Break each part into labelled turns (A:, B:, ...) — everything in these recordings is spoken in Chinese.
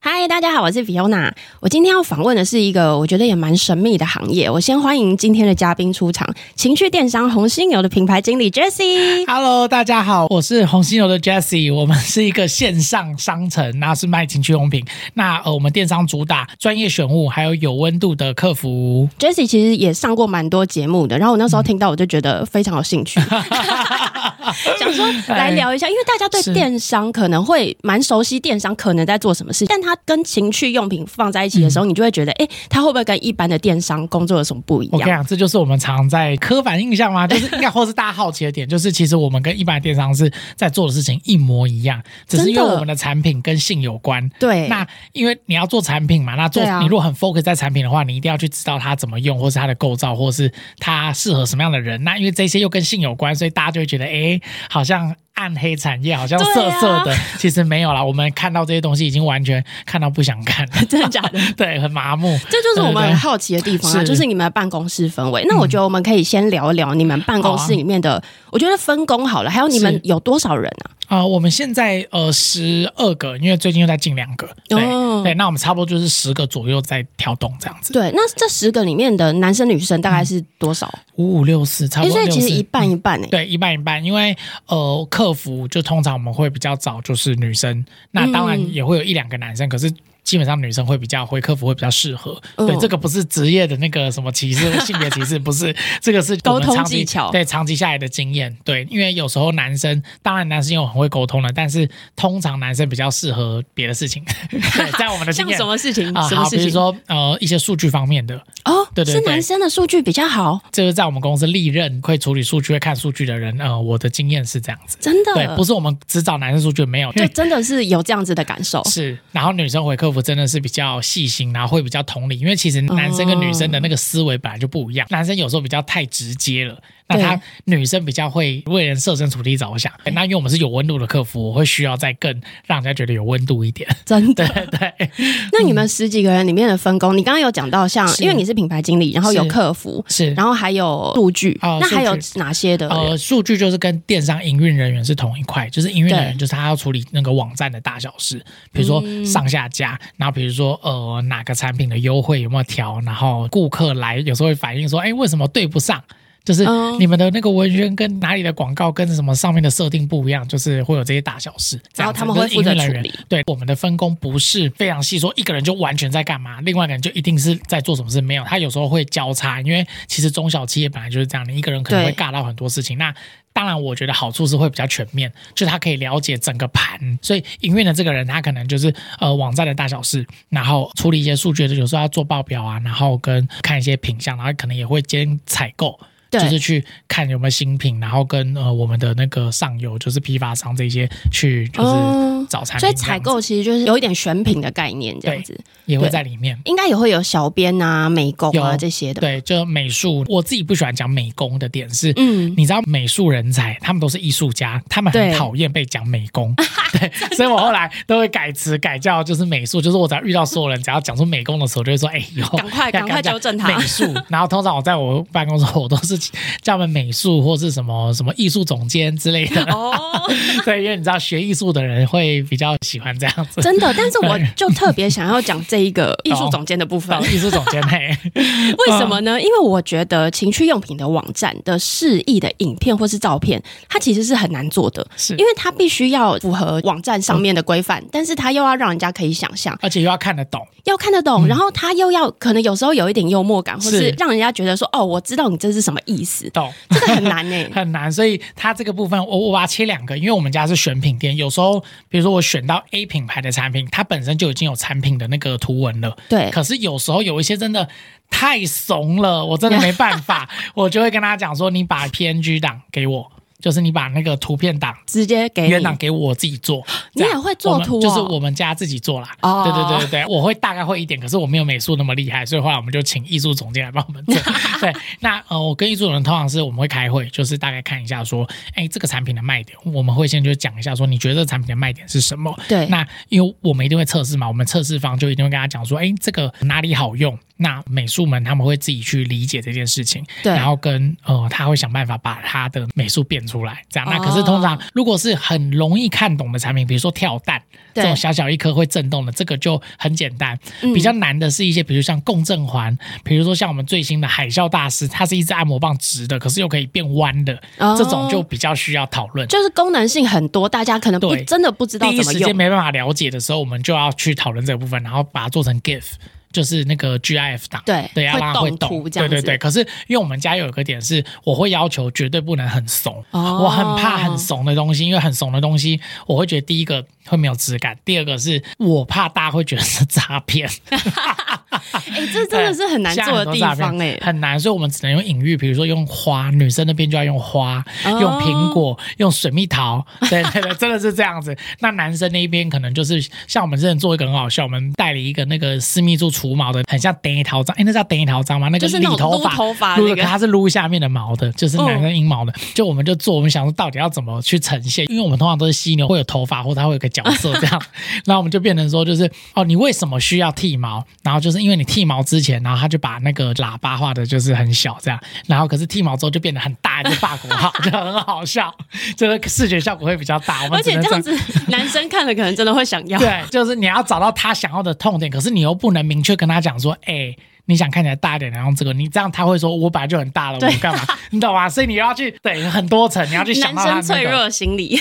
A: 嗨，大家好，我是 Fiona。我今天要访问的是一个我觉得也蛮神秘的行业。我先欢迎今天的嘉宾出场，情趣电商红犀牛的品牌经理 Jessie。
B: Hello，大家好，我是红犀牛的 Jesse，我们是一个线上商城，那是卖情趣用品。那呃，我们电商主打专业选物，还有有温度的 客服。
A: Jessie 其实也上过蛮多节目的，然后我那时候听到我就觉得非常有兴趣， 想说来聊一下，因为大家对
B: 是
A: 电商可能会蛮熟悉，电商可能在做什么事，但它跟情趣用品放在一起的
B: 嗯
A: 时候，你就会觉得，哎、它会不会跟一般的电商工作有什么不一
B: 我跟你
A: 样？
B: 讲，这就是我们常在刻板印象吗？就是应该或是大家好奇的点，就是其实我们跟一般的电商是在做的事情一模一样，只是因为
A: 真的
B: 我们的产品跟性有关。
A: 对，
B: 那因为你要做产品嘛，那做、
A: 对啊
B: 你如果很 focus 在产品的话，你一定要去知道它怎么用，或是它的构造，或是它适合什么样的人。那因为这些又跟性有关，所以大家就会觉得，哎、好像暗黑产业，好像
A: 对
B: 色
A: 啊
B: 色的。其实没有啦，我们看到这些东西已经完全看到不想看，
A: 真的假的？
B: 对，很麻木。
A: 这就是我们
B: 对对
A: 很
B: 对
A: 好奇的地方啊，
B: 是嗯
A: 就是你们的办公室氛围。那我觉得我们可以先聊一聊你们办公室里面的，我觉得分工好了，还有你们
B: 哦是
A: 有多少人啊？
B: 啊、我们现在呃十二个，因为最近又在进两个，对、
A: 哦
B: 对，那我们差不多就是十个左右在跳动这样子，
A: 对，那这十个里面的男生女生大概是多少？
B: 五五六嗯四，差
A: 诶
B: 不多
A: 所以
B: 六
A: 其实
B: 四
A: 一。半一半诶、欸
B: 对，一半一半，因为呃，客服就通常我们会比较找就是女生，那当
A: 嗯
B: 然也会有一两个男生，可是基本上女生会比较会客服会比较适合。
A: 嗯
B: 对，这个不是职业的那个什么歧视、性别歧视，不是，这个是我
A: 沟
B: 们
A: 通
B: 长期
A: 技巧
B: 对，长期下来的经验。对，因为有时候男生，当然男生有很会沟通的，但是通常男生比较适合别的事情。 对，在我们的经
A: 像
B: 验
A: 什么事情？
B: 啊、
A: 什么
B: 好，
A: 事
B: 比如
A: 情？
B: 说呃一些数据方面的，
A: 哦，
B: 对对
A: 是
B: 对
A: 男生的数据比较好，
B: 就是在我们公司历任会处理数据、会看数据的人，呃，我的经验是这样子。
A: 真
B: 对，
A: 的
B: 不，是我们只找男生数据，没有， 因
A: 就
B: 为哦
A: 真的是有这样子的感受。
B: 是，然后女生回客服真的是比较细心，然后会比较同理，因为其实男生跟女生的那个思维本来就不一样，男生有时候比较太直接了，那他女生比较会为人设身处地着想。那因为我们是有温度的客服，我会需要再更让人家觉得有温度一点。
A: 真
B: 对
A: 的，
B: 对，
A: 那你们十几个人里面的分工，你刚刚有讲到像，
B: 是
A: 因为你是品牌经理，然后有
B: 是
A: 客服，
B: 是。
A: 然后还有数据，
B: 哦
A: 那还有
B: 数据
A: 哪些的人？
B: 呃，数据就是跟电商营运人员是同一块，就是营运人
A: 对嗯
B: 员就是他要处理那个网站的大小事，比如说上下架，然后比如说呃哪个产品的优惠有没有调，然后顾客来有时候会反映说，哎，为什么对不上？就是
A: 嗯
B: 你们的那个文宣跟哪里的广告跟什么上面的设定不一样，就是会有这些大小事。这
A: 然后
B: 样
A: 他
B: 子
A: 们会
B: 就是
A: 负责
B: 营运人
A: 处
B: 员
A: 理。
B: 对，我们的分工不是非常细，说一个人就完全在干嘛，另外一个人就一定是在做什么事，没有。他有时候会交叉，因为其实中小企业本来就是这样，你一个人可能会
A: 对
B: 尬到很多事情。那当然，我觉得好处是会比较全面，就是他可以了解整个盘。所以营运的这个人，他可能就是呃网站的大小事，然后处理一些数据的，有时候要做报表啊，然后跟看一些品相，然后可能也会兼采购。
A: 对
B: 就是去看有没有新品，然后跟呃我们的那个上游，就是批发商这些去就是
A: 哦
B: 找产品这样子、
A: 所以采购其实就是有一点选品的概念，这样子
B: 也会
A: 对
B: 在里面。
A: 应该也会有小编啊、美工啊
B: 有
A: 这些的。
B: 对，就美术，我自己不喜欢讲美工的点是，
A: 嗯，
B: 你知道美术人才，他们都是艺术家，他们很
A: 对
B: 讨厌被讲美 工，对，所以我后来都会改词改叫，就是美术，就是我只要遇到所有人，只要讲出美工的时候，我就会说，哎、呦，
A: 赶快赶快
B: 要
A: 纠正他
B: 美术。然后通常我在我办公室，我都是叫他们美术或是什么什么艺术总监之类的，
A: 哦，
B: 对，因为你知道学艺术的人会比较喜欢这样子，
A: 真的，但是我就特别想要讲这一个艺术总监的部分
B: 当， 艺术总监 嘿。
A: 为什么呢？因为我觉得情趣用品的网站的示意的影片或是照片，它其实是很难做的，
B: 是
A: 因为它必须要符合网站上面的规范，但是它又要让人家可以想象，
B: 而且又要看得懂，
A: 要看得懂，然后它又要可能有时候有一点幽默感，或是
B: 嗯是
A: 让人家觉得说哦，我知道你这是什么意思，
B: 懂
A: 这个很难呢、欸
B: 很难，所以它这个部分我我把它切两个，因为我们家是选品店，有时候比如说我选到 A 品牌的产品，它本身就已经有产品的那个图文了，
A: 对，
B: 可是有时候有一些真的 太怂了，我真的没办法，我就会跟他讲说，你把 PNG 档给我。就是你把那个图片档
C: 直接给
B: 原
C: 你
B: 档。给我自己做，
C: 你
B: 这样
C: 也会做
B: 我们
C: 图哦
B: 就是我们家自己做啦。
C: 哦
B: 对对对对对，我会大概会一点，可是我没有美术那么厉害，所以后来我们就请艺术总监来帮我们 做。对，那呃，我跟艺术人通常是我们会开会，就是大概看一下说，哎，这个产品的卖点，我们会先就讲一下说，你觉得这个产品的卖点是什么？
C: 对
B: 那因为我们一定会测试嘛，我们测试方就一定会跟他讲说，哎，这个哪里好用？那美术们他们会自己去理解这件事情，
C: 对
B: 然后跟呃，他会想办法把他的美术变出来，这样。
C: 哦
B: 那可是通常如果是很容易看懂的产品，比如说跳蛋这
C: 对嗯
B: 种小小一颗会震动的，这个就很简单。比较难的是一些，比如像共振环，比如说像我们最新的海啸大师，它是一支按摩棒直的，可是又可以变弯的，
C: 哦
B: 这种就比较需要讨论。
C: 就是功能性很多，大家可能不
B: 对
C: 真的不知道
B: 第一
C: 怎么
B: 时间
C: 用。
B: 没办法了解的时候，我们就要去讨论这个部分，然后把它做成 GIF，就是那个 GIF 档，
C: 对
B: 对，要
C: 会
B: 让它会
C: 动
B: 动
C: 图，这
B: 对
C: 样
B: 对
C: 子
B: 对。可是因为我们家有一个点是，我会要求绝对不能很怂，
C: 哦
B: 我很怕很怂的东西，因为很怂的东西，我会觉得第一个会没有质感，第二个是我怕大家会觉得是诈骗，
C: 哎、这真的是很难
B: 对
C: 做的地
B: 现在很
C: 方
B: 多诈
C: 哎、
A: 欸
B: 骗很难，所以我们只能用隐喻，比如说用花，女生那边就要用花，
C: 哦
B: 用苹果，用水蜜桃，对对对， 真的是这样子。那男生那一边可能就是像我们之前做一个很好笑，我们带了一个那个私密处除毛的，很像灯桃章，哎，那叫灯桃章吗？那个
C: 就是那种
B: 理头发，
C: 撸头发
B: 撸
C: 那
B: 的
C: 个哦
B: 它是撸下面的毛的，就是男生阴毛的。就我们就做，我们想说到底要怎么去呈现，因为我们通常都是犀牛会有头发，或它会有个角色 这样。那我们就变成说，就是哦，你为什么需要剃毛？然后就是因为你剃毛之前，然后他就把那个喇叭画的就是很小这样，然后可是剃毛之后就变得很大，就法国号， 就很好笑，这个视觉效果会比较大。我们
C: 而
B: 只
C: 且
B: 能
C: 这样
B: 样。
C: 子， 啊男生看了可能真的会想要。
B: 对，就是你要找到他想要的痛点，可是你又不能明确跟他讲说，哎、你想看起来大一点，然后这个你这样他会说，我本来就很大了，我干 嘛？你懂吗？所以你要去对很多层，你要去想
C: 男
B: 到他、那
C: 生
B: 个、
C: 脆弱，的心理，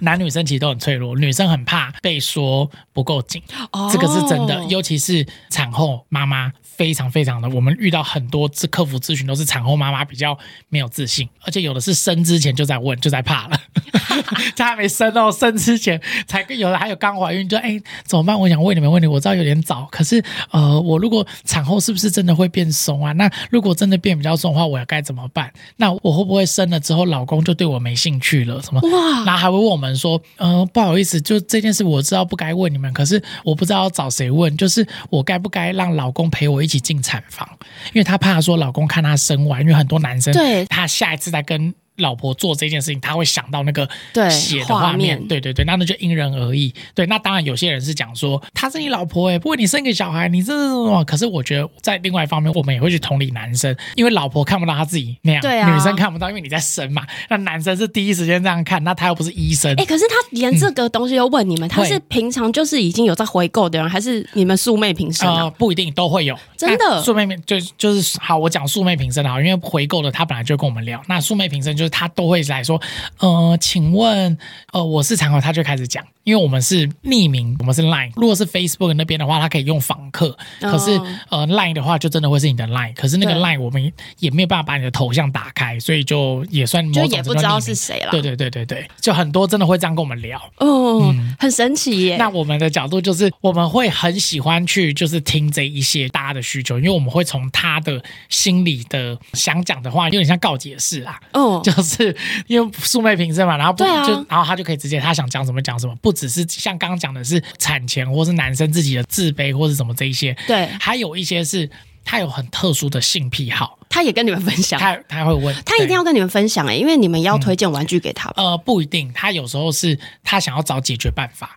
B: 男女生其实都很脆弱，女生很怕被说不够紧，
C: 哦
B: 这个是真的，尤其是产后妈妈非常非常的，我们遇到很多咨客服咨询都是产后妈妈比较没有自信，而且有的是生之前就在问，就在 怕了，她还没生哦，生之前才跟有的还有刚怀孕就哎怎么办？我想问你们问题，我知道有点早，可是呃我如果产后是不是真的会变松啊？那如果真的变比较松的话，我该怎么办？那我会不会生了之后老公就对我没兴趣了？什么？
C: 哇
B: 然后还会问我们说，呃，不好意思，就这件事我知道不该问你们，可是我不知道要找谁问，就是我该不该让老公陪我一起进产房，因为她怕说老公看她生完，因为很多男生
C: 对
B: 他下一次再跟。老婆做这件事情，他会想到那个
C: 对
B: 血的
C: 画
B: 画面，
C: 面
B: 对对对，那那就因人而异。对，那当然有些人是讲说她是你老婆哎、不过你生个小孩，你这是什么？可是我觉得在另外一方面，我们也会去同理男生，因为老婆看不到她自己那样，
C: 对啊
B: 女生看不到，因为你在生嘛。那男生是第一时间这样看，那他又不是医生，
C: 哎、可是他连这个东西都问你们，他
B: 会
C: 是平常就是已经有在回购的人，还是你们素昧平生啊？
B: 呃，不一定都会有。
C: 真的
B: 那素昧平就就是好，我讲素昧平生好，因为回购的他本来就跟我们聊，那素昧平生就是他都会来说，呃，请问，呃，我是常客，他就开始讲，因为我们是匿名，我们是 Line，如果是 Facebook 那边的话，他可以用访客，
C: 哦
B: 可是、呃 Line 的话就真的会是你的 Line，可是那个
C: 对
B: Line 我们也没有办法把你的头像打开，所以就也算某
C: 就
B: 种
C: 也不
B: 程度
C: 知道
B: 匿
C: 是
B: 名
C: 谁啦。
B: 对对对对对，就很多真的会这样跟我们聊。
C: 哦，很神奇耶。
B: 那我们的角度就是，我们会很喜欢去就是听这一些大家的需求，因为我们会从他的心里的想讲的话，有点像告解式啦，
C: 哦，
B: 就是因为素昧平生嘛，然后不、
C: 对啊
B: 就然后他就可以直接他想讲什么讲什么，不只是像刚刚讲的是产前或是男生自己的自卑或是什么这一些，
C: 对
B: 还有一些是他有很特殊的性癖好，
C: 他也跟你们分享，
B: 他他会问，
C: 他一定
B: 对
C: 要跟你们分享哎，因为你们要推荐玩具给他吧。
B: 呃不一定，他有时候是他想要找解决办法，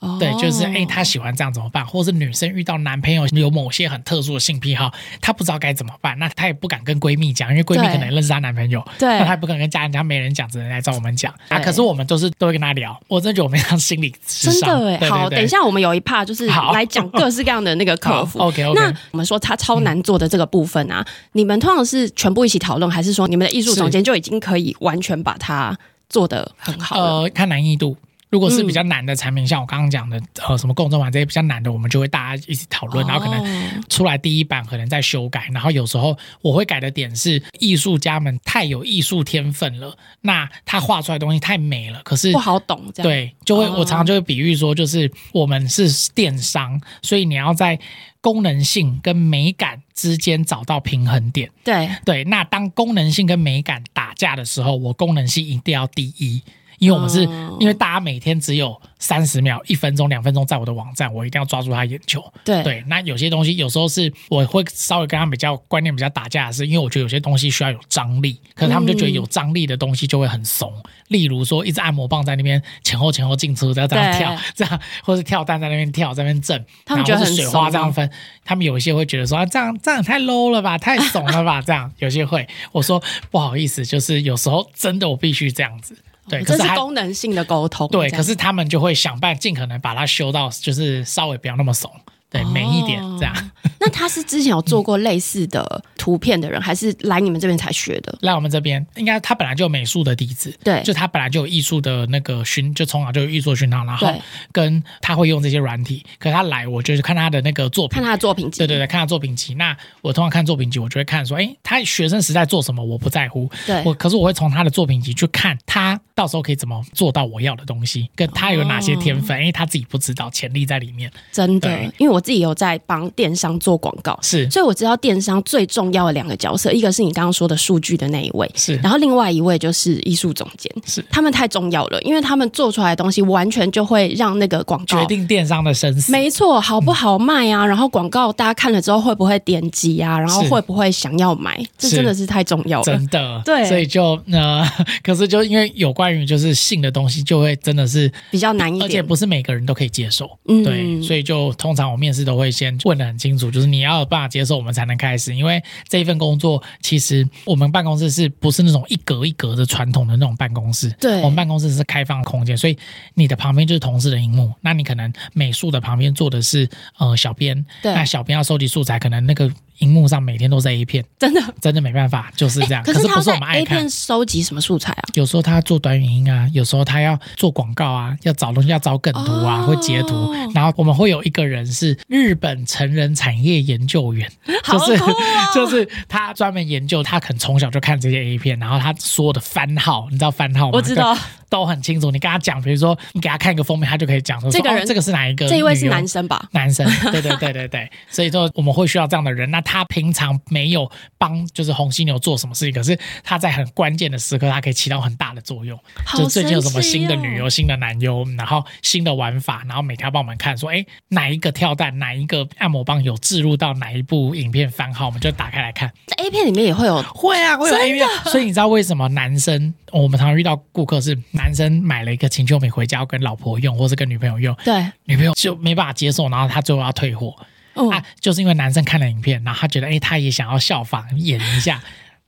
C: 哦
B: 对，就是哎、诶她喜欢这样怎么办？或是女生遇到男朋友有某些很特殊的性癖好，她不知道该怎么办，那她也不敢跟闺蜜讲，因为闺蜜
C: 对
B: 可能认识她男朋友，
C: 对
B: 那她也不敢跟家人讲，没人讲，只能来找我们讲啊。
C: 对
B: 可是我们都是都会跟她聊，我真的觉得我们像心理智
C: 真
B: 商，
C: 的哎，
B: 对
C: 好，
B: 对对
C: 等一下我们有一 part 就是
B: 好
C: 来讲各式各样的那个客服。
B: 好 OK，OK
C: 那我们说他超难做的这个部分啊，你们通常是全部一起讨论，还是说你们的艺术总监就已经可以完全把它做得很好了？嗯
B: 呃，看难易度。如果是比较难的产品，像我刚刚讲的，呃，什么共振法这些比较难的，我们就会大家一起讨
C: 哦
B: 论，然后可能
A: 能
B: 出来第一版可能再修改，然后有时候我会改的点是，艺术家们太有艺术天分了，那他画出来的东西太美了，可是
A: 不好懂这样。，
B: 对，就会、
A: 哦
B: 我常常就会比喻说，就是我们是电商，所以你要在功能性跟美感之间找到平衡点。
A: 对，
B: 对，那当功能性跟美感打架的时候，我功能性一定要第一，因为我们是、
A: 哦
B: 因为大家每天只有三十秒、一分钟、两分钟在我的网站，我一定要抓住他眼球。
A: 对，
B: 对，那有些东西有时候是我会稍微跟他比较观念比较打架的是，因为我觉得有些东西需要有张力，可是他们就觉得有张力的东西就会很怂。
A: 嗯
B: 例如说，一只按摩棒在那边前后前后进出，然后这样
A: 对
B: 跳，这样或是跳蛋在那边跳，在那边震，
A: 他们
B: 然
A: 觉得
B: 后是
A: 很
B: 水花
A: 怂
B: 这样
A: 吗
B: 分，他们有一些会觉得说、啊、这样这样太 low 了吧，太怂了吧，这样有些会。我说不好意思，就是有时候真的我必须这样子。对，
A: 哦这
B: 可是
A: 是
B: 还
A: 功能性的沟通。
B: 对，
A: 这样
B: 可是他们就会想办尽可能把它修到，就是稍微不要那么怂，对，美一点
A: 哦
B: 这样。
A: 那他是之前有做过类似的图片的人，还是来你们这边才学的？
B: 来我们这边，应该他本来就有美术的底子，
A: 对
B: 就他本来就有艺术的那个熏，就从小就有艺术熏陶，然后
A: 对
B: 跟他会用这些软体。可是他来，我就是看他的那个作品
A: 看，他的作品集。
B: 对对对，看他作品集。那我通常看作品集，我就会看说，哎，他学生时代做什么，我不在乎，
A: 对
B: 我可是我会从他的作品集去看他到时候可以怎么做到我要的东西，跟他有哪些天
A: 哦
B: 分，因为他自己不知道潜力在里面。
A: 真的
B: 对，
A: 因为我自己有在帮电商做广告，
B: 是
A: 所以我知道电商最重要的两个角色，一个是你刚刚说的数据的那一位，
B: 是
A: 然后另外一位就是艺术总监，
B: 是
A: 他们太重要了，因为他们做出来的东西完全就会让那个广告
B: 决。定电商的生死。
A: 哦没错，好不好卖啊？然后广告大家看了之后会不会点击啊？然后
B: 是
A: 会不会想要买？这
B: 是
A: 真的是太重要了
B: 真。的，
A: 对
B: 所以就呃，可是就因为有关于就是性的东西，就会真的是
A: 比较难一
B: 而且
A: 点。
B: 不是每个人都可以接受，
A: 嗯
B: 对，所以就通常我面试都会先问的很清楚，就是你要有办法接受，我们才能开始。因为这一份工作，其实我们办公室是不是那种一格一格的传统的那种办公室？
A: 对
B: 我们办公室是开放空间，所以你的旁边就是同事的荧幕，那你可能美术的旁边坐的是呃小编，
A: 对
B: 那小编要收集素材，可能那个荧幕上每天都是 A 片，
A: 真的。
B: 真的没办法，就是这样。
A: 哎可
B: 啊是
A: 他
B: 不是
A: 在
B: 我们爱
A: A
B: 看
A: 片。收集什么素材啊？
B: 有时候他做短语音啊，有时候他要做广告啊，要找东西要找梗图啊，
A: 哦
B: 会截图。然后我们会有一个人是日本成人产业研究员，
A: 好
B: 就是、
A: 酷哦
B: 就是他专门研究，他可能从小就看这些 A 片，然后他所有的番号，你知道番号吗？
A: 我知道
B: 就都很清楚。你跟他讲，比如说你给他看一个封面，他就可以讲说
A: 这个
B: 说
A: 人
B: 哦、这个是哪一个，
A: 这一位是
B: 女优
A: 男生吧？
B: 男生， 对对对对对，所以说我们会需要这样的人。那他平常没有帮就是红犀牛做什么事情，可是他在很关键的时刻，他可以起到很大的作用。
A: 好
B: 就最近有什
A: 神
B: 么
A: 奇
B: 新的
A: 哦
B: 女优、新的男优，然后新的玩法，然后每条帮我们看说，哎，哪一个跳蛋、哪一个按摩棒有置入到哪一部影片番号，我们就打开来看。
A: 在 A 片里面也会有
B: 会啊，会有 A 片。所以你知道为什么男生，我们常常遇到顾客是男生买了一个情趣用品回家要跟老婆用，或是跟女朋友用，
A: 对，
B: 女朋友就没办法接受，然后他最后要退货。
A: 嗯，
B: 啊，就是因为男生看了影片，然后他觉得，哎、他也想要效仿演 一下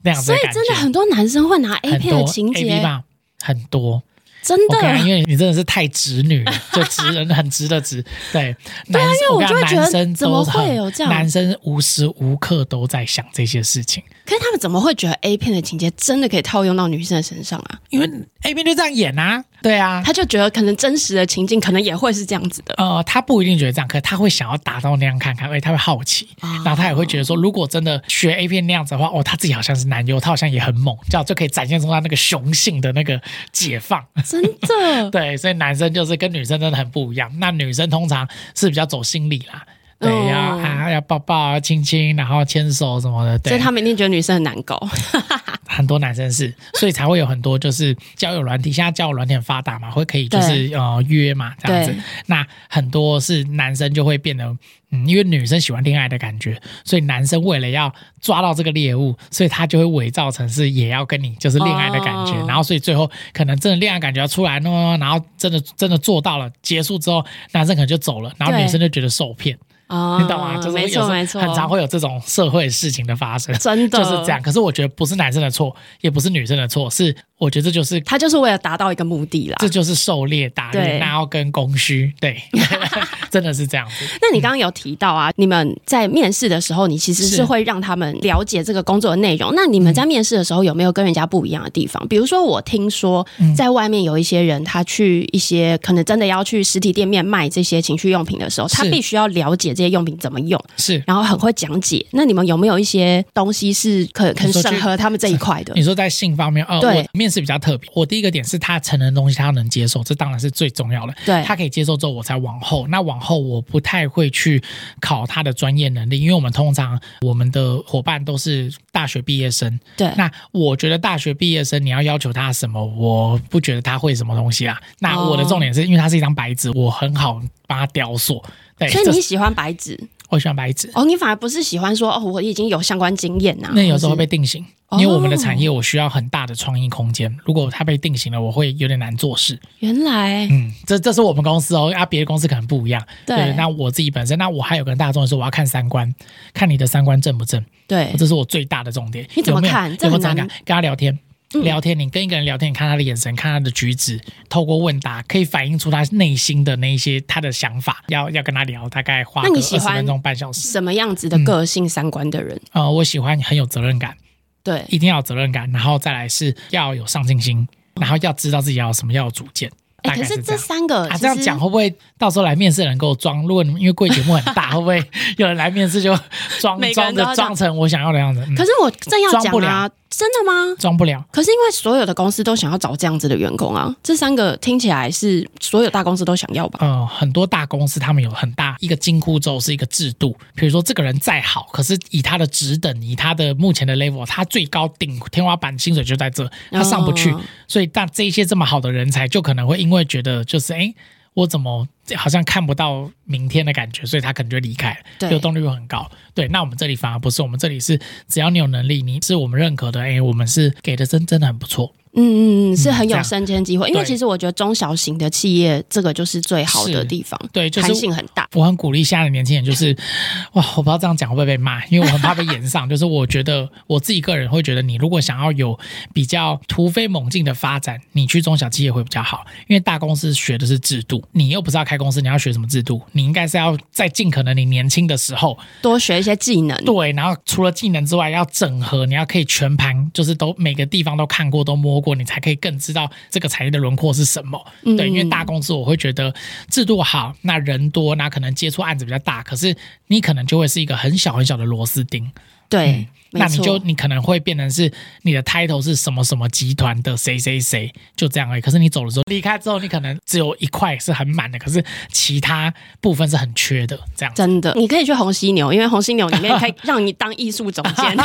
B: 那样子
A: 所
B: 的
A: 以
B: 感觉。
A: 真的很多男生会拿 A
B: 很
A: 片的
B: 多
A: 情
B: A V
A: 节，
B: 吧，啊很多。
A: 真
B: 我跟你讲，
A: 的。啊
B: 因为你真的是太直女 了，就直人很直的直。对，对
A: 啊因为我
B: 跟你
A: 就会
B: 讲
A: 觉得
B: 男生
A: 怎么
B: 都很
A: 会有这样
B: 男生无时无刻都在想这些事情，
A: 可是他们怎么会觉得 A 片的情节真的可以套用到女生的身上啊？
B: 因为 A 片就这样演啊，对啊。
A: 他就觉得可能真实的情境可能也会是这样子 的。
B: 呃，他不一定觉得这样，可他会想要达到那样看看，而且他会好奇，
A: 啊
B: 然后他也会觉得说，如果真的学 A 片那样子的话，哦，他自己好像是男优，他好像也很猛，这样就可以展现出他那个雄性的那个 解放。
A: 真的，
B: 对，所以男生就是跟女生真的很不一样。那女生通常是比较走心理啦，对，
A: 哦
B: 要啊要抱抱、亲亲，然后牵手什么的。
A: 所
B: 对，
A: 以他们一定觉得女生很难搞。
B: 很多男生是，所以才会有很多就是交友软体，现在交友软体很发达嘛，会可以就是呃约嘛这样子
A: 对。
B: 那很多是男生就会变得，嗯，因为女生喜欢恋爱的感觉，所以男生为了要抓到这个猎物，所以他就会伪造成是也要跟你就是恋爱的感觉，
A: 哦
B: 然后所以最后可能真的恋爱感觉要出来，那么然后真的真的做到了，结束之后男生可能就走了，然后
A: 对
B: 女生就觉得受骗，
A: 哦
B: 你懂吗？就是会
A: 没
B: 有时候
A: 错没错，
B: 很常会有这种社会事情的发生。
A: 真的
B: 就是这样。。可是我觉得不是男生的错，也不是女生的错，是我觉得这就是
A: 他就是为了达到一个目的啦。
B: 这就是狩猎、打
A: 啊对
B: 猎，然后跟供需， 对，真的是这样子。
A: 那你刚刚有提到啊，你们在面试的时候，你其实是
B: 嗯是
A: 会让他们了解这个工作的内容。那你们在面试的时候有没有跟人家不一样的地方？比如说，我听说
B: 嗯
A: 在外面有一些人，他去一些可能真的要去实体店面卖这些情趣用品的时候，他
B: 是
A: 必须要了解这些用品怎么用，
B: 是
A: 然后很会讲解。那你们有没有一些东西是可可能
B: 你说去
A: 审核他们这一块的？
B: 你说在性方面，呃，
A: 对
B: 我面试比较特别。我第一个点是他成人的东西他能接受，这当然是最重要的。
A: 对
B: 他可以接受之后，我才往后。那往后我不太会去考他的专业能力，因为我们通常我们的伙伴都是大学毕业生。
A: 对
B: 那我觉得大学毕业生你要要求他什么，我不觉得他会什么东西啦。那
A: 哦
B: 我的重点是因为他是一张白纸，我很好帮他雕塑。对，
A: 所以
B: 这
A: 你
B: 是
A: 喜欢白纸
B: 我喜欢白纸。
A: 哦，你反而不是喜欢说哦，我已经有相关经验呐、啊
B: 那有时候
A: 或
B: 会
A: 是
B: 被定型，
A: 哦
B: 因为我们的产业我需要很大的创意空间。如果它被定型了，我会有点难做事。
A: 原来
B: 嗯，这这是我们公司哦，啊，别的公司可能不一样。
A: 对
B: 那我自己本身，那我还有跟大众说，我要看三观，看你的三观正不正，
A: 对
B: 哦这是我最大的重点。
A: 你怎么
B: 有没有
A: 看这
B: 有没
A: 很
B: 有
A: 难嗯
B: 怎么看？跟他聊天。聊天，你跟一个人聊天，你看他的眼神，看他的举止，透过问答可以反映出他内心的那一些他的想法。要要跟他聊，大概花
A: 那
B: 个
A: 你
B: 二
A: 喜
B: 十
A: 欢
B: 分钟半小时。
A: 什么样子的
B: 嗯
A: 个性、三观的人？
B: 呃，我喜欢很有责任感，
A: 对，
B: 一定要有责任感，然后再来是要有上进心，然后要知道自己要有什么，要有主见。
A: 哎、
B: 大
A: 可
B: 概
A: 是
B: 这
A: 这
B: 样。
A: 三个
B: 啊，
A: 其
B: 这样
A: 实
B: 讲会不会到时候来面试的人给我装？如果你们因为贵节目很大，会不 会有人来面试就装
A: 每个人
B: 装
A: 都要
B: 着
A: 这样
B: 装成我想要的样子？嗯
A: 可是我正要讲
B: 装不
A: 啊
B: 了，
A: 真的吗？
B: 装不了，
A: 可是因为所有的公司都想要找这样子的员工啊，这三个听起来是所有大公司都想要吧？
B: 呃，很多大公司他们有很大一个金箍咒是一个制度，比如说这个人再好，可是以他的职等，以他的目前的 level，他最高顶天花板薪水就在这，他上不去，
A: 哦
B: 所以但这一些这么好的人才，就可能会因为觉得就是哎。诶我怎么好像看不到明天的感觉，所以他可能就离开了，
A: 对
B: 流动率又很高。对，那我们这里反而不是，我们这里是只要你有能力，你是我们认可的，哎，我们是给的真真的很不错。
A: 嗯嗯嗯，是很
B: 这
A: 有
B: 样
A: 升迁机会。因为
B: 对
A: 其实我觉得中小型的企业这个就是最好的
B: 是
A: 地方，
B: 对，就是
A: 弹性很大。
B: 我很鼓励现在的年轻人，就是哇，我不知道这样讲会不会被骂，因为我很怕被延上。就是我觉得我自己个人会觉得，你如果想要有比较突飞猛进的发展，你去中小企业会比较好，因为大公司学的是制度，你又不是要开公司，你要学什么制度？你应该是要在尽可能你年轻的时候，
A: 多学一些技能，
B: 对，然后除了技能之外，要整合，你要可以全盘，就是都每个地方都看过、都摸过，你才可以更知道这个产业的轮廓是什么。
A: 嗯
B: 对，因为大公司我会觉得制度好，那人多，那可能接触案子比较大，可是你可能就会是一个很小很小的螺丝钉。
A: 对，没
B: 那你就
A: 错，
B: 你可能会变成是你的 title 是什么什么集团的谁谁谁，就这样而已。可是你走了之后，离开之后，你可能只有一块是很满的，可是其他部分是很缺的，这样子。
A: 真的，你可以去红犀牛，因为红犀牛里面可 以让你当艺术总监。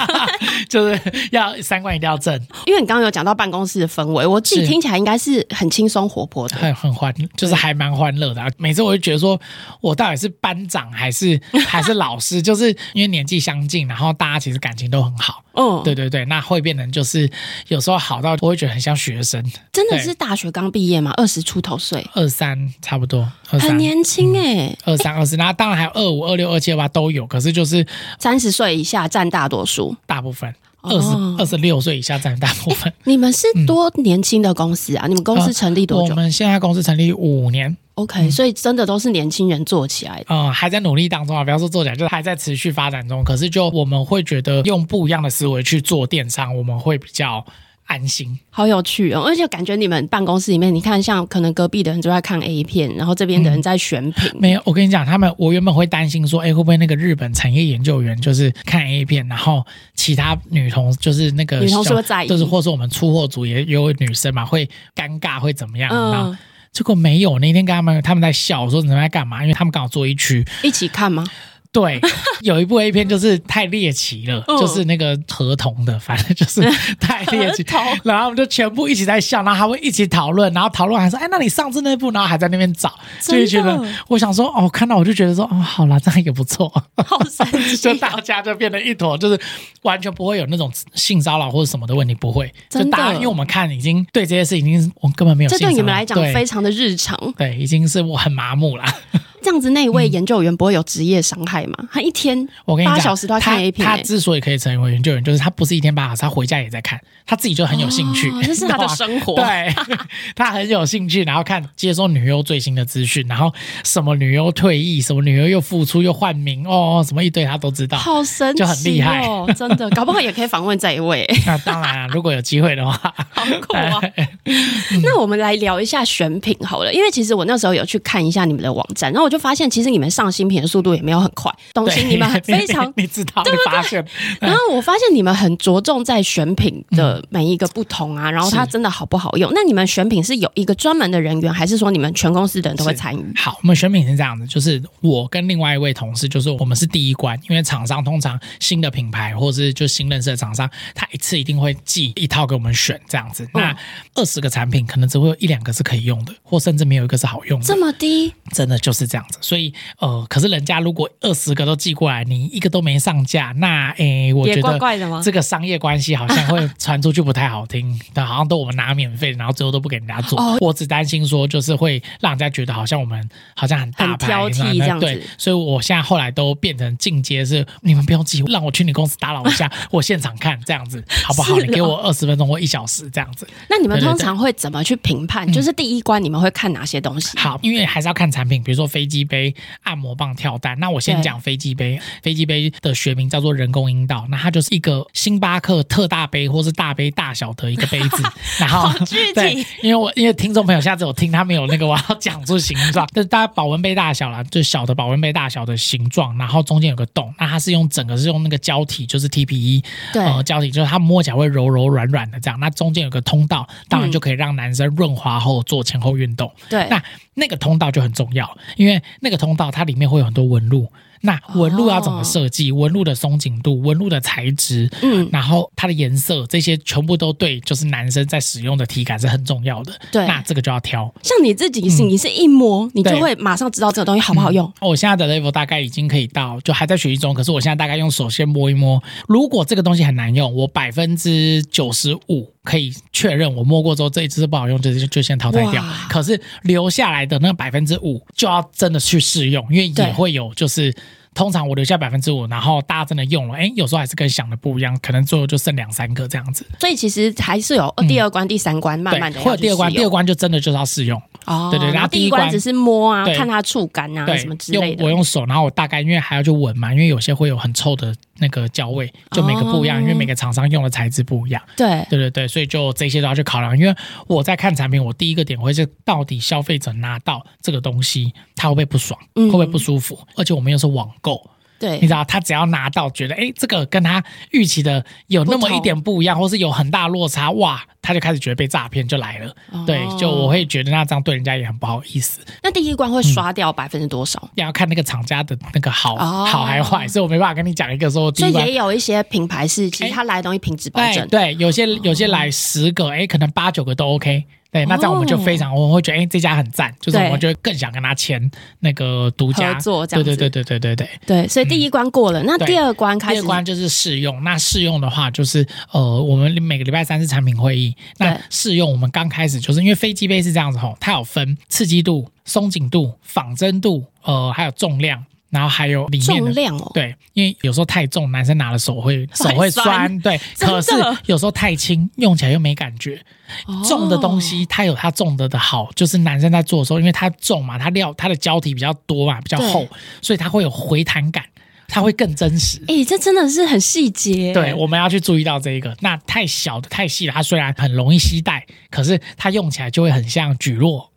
B: 就是要三观一定要正，
A: 因为你刚刚有讲到办公室的氛围，我自己
B: 是
A: 听起来应该是很轻松活泼的。
B: 很很欢，就是还蛮欢乐的、啊。每次我就觉得说，我到底是班长还是还是老师？ 就是因为年纪相近，然后大家其实感情都很好。
A: 嗯，
B: 对，对对，那会变成就是有时候好到我会觉得很像学生，
A: 真的
B: 对
A: 是大学刚毕业嘛，二十出头岁，
B: 二三差不多，
A: 很
B: 二三。
A: 年轻哎、
B: 二三二四，那当然还有二五、二六、二七、二八都有，可是就是
A: 三十岁以下占大多数。
B: 大部分
A: 哦
B: 二十二十六岁以下占大部分。
A: 你们是多年轻的公司啊？你们公司成立多
B: 嗯我
A: 久、
B: 们嗯现在公司成立五年，
A: o k 所以真的都是年轻人做起来的。
B: 呃，还在努力当中啊，不要说做起来，就是还在持续发展中。可是就我们会觉得用不一样的思维去做电商，我们会比较安心。
A: 好有趣哦！而且感觉你们办公室里面，你看像可能隔壁的人就在看 A 片，然后这边的
B: 嗯
A: 人在选 品，
B: 没有，我跟你讲，他们我原本会担心说，哎，会不会那个日本产业研究员就是看 A 片，然后其他女同就是那个
A: 女同事
B: 小
A: 会在意
B: 就是或者说我们出货组也也有女生嘛，会尴尬会怎么样？然后
A: 嗯，
B: 结果没有，那天跟他们他们在笑，我说你们在干嘛？因为他们刚好坐一区，
A: 一起看吗？
B: 对， 有一部 A 片就是太猎奇了，
A: 嗯
B: 就是那个合同的，反正就是 太猎奇。然后我们就全部一起在笑，然后还会一起讨论，然后讨论还说：“哎，那你上次那部？”然后还在那边找，
A: 真
B: 就
A: 的
B: 会觉得我想说，哦，看到我就觉得说，哦，好啦，这样也不错。
A: 好神奇
B: 就
A: 哦、
B: 大家就变得一坨，就是完全不会有那种性骚扰或者什么的问题，不会。就
A: 真的
B: 大家因为我们看已经对这些事情已经我根本没有
A: 这
B: 性骚
A: 对
B: 扰。
A: 你们来讲
B: 对
A: 非常的日常。
B: 对，已经是我很麻木了。
A: 这样子那一
B: 嗯
A: 位研究员不会有职业伤害吗？他一天
B: 我跟你
A: 八
B: 讲，
A: 小时都要看 A 片、
B: 他。
A: 欸
B: 他之所以可以成为研究员，就是他不是一天八小时，他回家也在看，他自己就很有兴趣，
A: 哦这 是他的生活。
B: 对， 他很有兴趣，然后看接收女优最新的资讯，然后什么女优退役，什么女优又复出又换名，哦，什么一堆他都知道。
A: 好神奇、哦，
B: 就很厉害
A: 真的，搞不好也可以访问这一位、
B: 那当然、啊，如果有机会的话，
A: 好酷啊！
B: 哎
A: 那我们来聊一下选品好了，因为其实我那时候有去看一下你们的网站，然后我就发现，其实你们上新品的速度也没有很快，东西
B: 对，
A: 你们很非 常。
B: 你知道，你发现
A: 然后我发现你们很着重在选品的每一个不同啊，然后它
B: 嗯是
A: 真的好不好用？那你们选品是有一个专门的人员，还是说你们全公司的人都会参与？
B: 好，我们选品是这样子，就是我跟另外一位同事，就是我们是第一关，因为厂商通常新的品牌或者是就新认识的厂商，他一次一定会寄一套给我们选这样子。那二十个产品，可能只会有一两个是可以用的，或甚至没有一个是好用的
A: 这。么低，
B: 真的就是这样子，所以呃，可是人家如果二十个都寄过来，你一个都没上架，那诶、我
A: 也
B: 觉
A: 怪
B: 得
A: 怪的吗
B: 这个商业关系好像会传出去不太好听，对，好像都我们拿免费，然后最后都不给人家做。
A: 哦
B: 我只担心说，就是会让人家觉得好像我们好像很大牌，
A: 很挑剔这样子
B: 对，所以我现在后来都变成进阶是，你们不用寄，让我去你公司打扰一下，我现场看这样子好不好？
A: 是
B: 你给
A: 哦
B: 我二十分钟或一小时这样子。
A: 那你们
B: 对对
A: 通
B: 对嗯
A: 常会怎么去评判？就是第一关你们会看哪些东西？
B: 好，因为还是要看产品，比如说飞机杯、按摩棒、跳蛋。那我先
A: 对
B: 讲飞机杯，飞机杯的学名叫做人工阴道，那它就是一个星巴克特大杯或是大杯大小的一个杯 子。然后
A: 好具体
B: 哦对，因为我因为听众朋友下次有听他们有那个我要讲出形 状，就是大家保温杯大小啦，就小的保温杯大小的形状，然后中间有个洞，那它是用整个是用那个胶体，就是 TPE，
A: 对
B: 呃，胶体就是它摸起来会柔柔软软的这样，那中间有个通道，当
A: 嗯
B: 然就可以让男生润滑后做前后运动。
A: 对，
B: 那那个通道就很重要，因为那个通道它里面会有很多纹路。那纹路要怎么设计？纹路的松紧度、纹路的材质，
A: 嗯，
B: 然后它的颜色，这些全部都对，就是男生在使用的体感是很重要的。
A: 对
B: 那这个就要挑。
A: 像你自己是，你是一摸你就
B: 嗯对嗯
A: 会马上知道这个东西好不好用。
B: 哦我现在的 level 大概已经可以到，就还在学习中。可是我现在大概用手先摸一摸，如果这个东西很难用，我百分之九十五可以确认我摸过之后这一只是不好用，就就就先淘汰掉
A: 哇。
B: 可是留下来的那百分之五就要真的去试用，因为
A: 对
B: 也会有就是。通常我留下百分之五，然后大家真的用了，哎，有时候还是跟想的不一样，可能最后就剩两三个这样子。
A: 所以其实还是有呃第二关、第三关，慢
B: 对
A: 慢，的
B: 会有第二关，第二关就真的就是要试用。
A: 哦，
B: 对对然
A: 然
B: 后
A: 后
B: 第
A: 第
B: 一
A: 一
B: 关
A: 关只是摸啊，
B: 对
A: 看它触感啊
B: 对，
A: 什么之类
B: 用我
A: 的。
B: 用手，然后我大概因为还要去闻嘛，因为有些会有很臭的那个焦味，就每个不一样，
A: 哦
B: 因为每个厂商用的材质不一样。
A: 对，
B: 对对对，所以就这些都要去考量。因为我在看产品，我第一个点会是到底消费者拿到这个东西，他会不会不爽，
A: 嗯
B: 会不会不舒服？而且我们又是网购。
A: 对
B: 你知，道，他只要拿到，觉得哎、诶这个跟他预期的有那么一点不一样，或是有很大落差，哇，他就开始觉得被诈骗，就来了。
A: 哦
B: 对，就我会觉得那这样对人家也很不好意思。
A: 那第一关会刷掉
B: 嗯
A: 百分之多少？
B: 要看那个厂家的那个好、
A: 哦
B: 好还坏，所以我没办法跟你讲一个说第
A: 所
B: 一
A: 以
B: 关哎
A: 也。有一些品牌是，其实它来的东西品质保
B: 对
A: 证。
B: 对，有些有些来十个，哎、可能八九个都 OK。对，那这样我们就非常，我们会觉得，哎、这家很赞，就是我
A: 对
B: 们就会更想跟他签那个独家
A: 合作这
B: 对
A: 样
B: 对
A: 子
B: 对对对对对。
A: 对，所以第一关过了，那
B: 嗯对
A: 第二关开
B: 第
A: 始
B: 二，关就是试用，那试用的话就是呃，我们每个礼拜三是产品会议，那
A: 对
B: 试用我们刚开始就是因为飞机杯是这样子吼，它有分刺激度、松紧度、仿真度，呃，还有重量，然后还有里面的
A: 重量哦，
B: 对，因为有时候太重，男生拿了 手会手会
A: 会
B: 酸，
A: 酸
B: 对。
A: 真
B: 可
A: 的哦
B: 是有时候太轻，用起来又没感觉。重的东西它有它重的的好，就是男生在做的时候，因为它重嘛，它料它的胶体比较多嘛，比较
A: 对
B: 厚，所以它会有回弹感，它会更真实。
A: 哎、这真的是很细节。
B: 对，我们要去注意到这一个。那太小的、太细的，它虽然很容易携带，可是它用起来就会很像举落，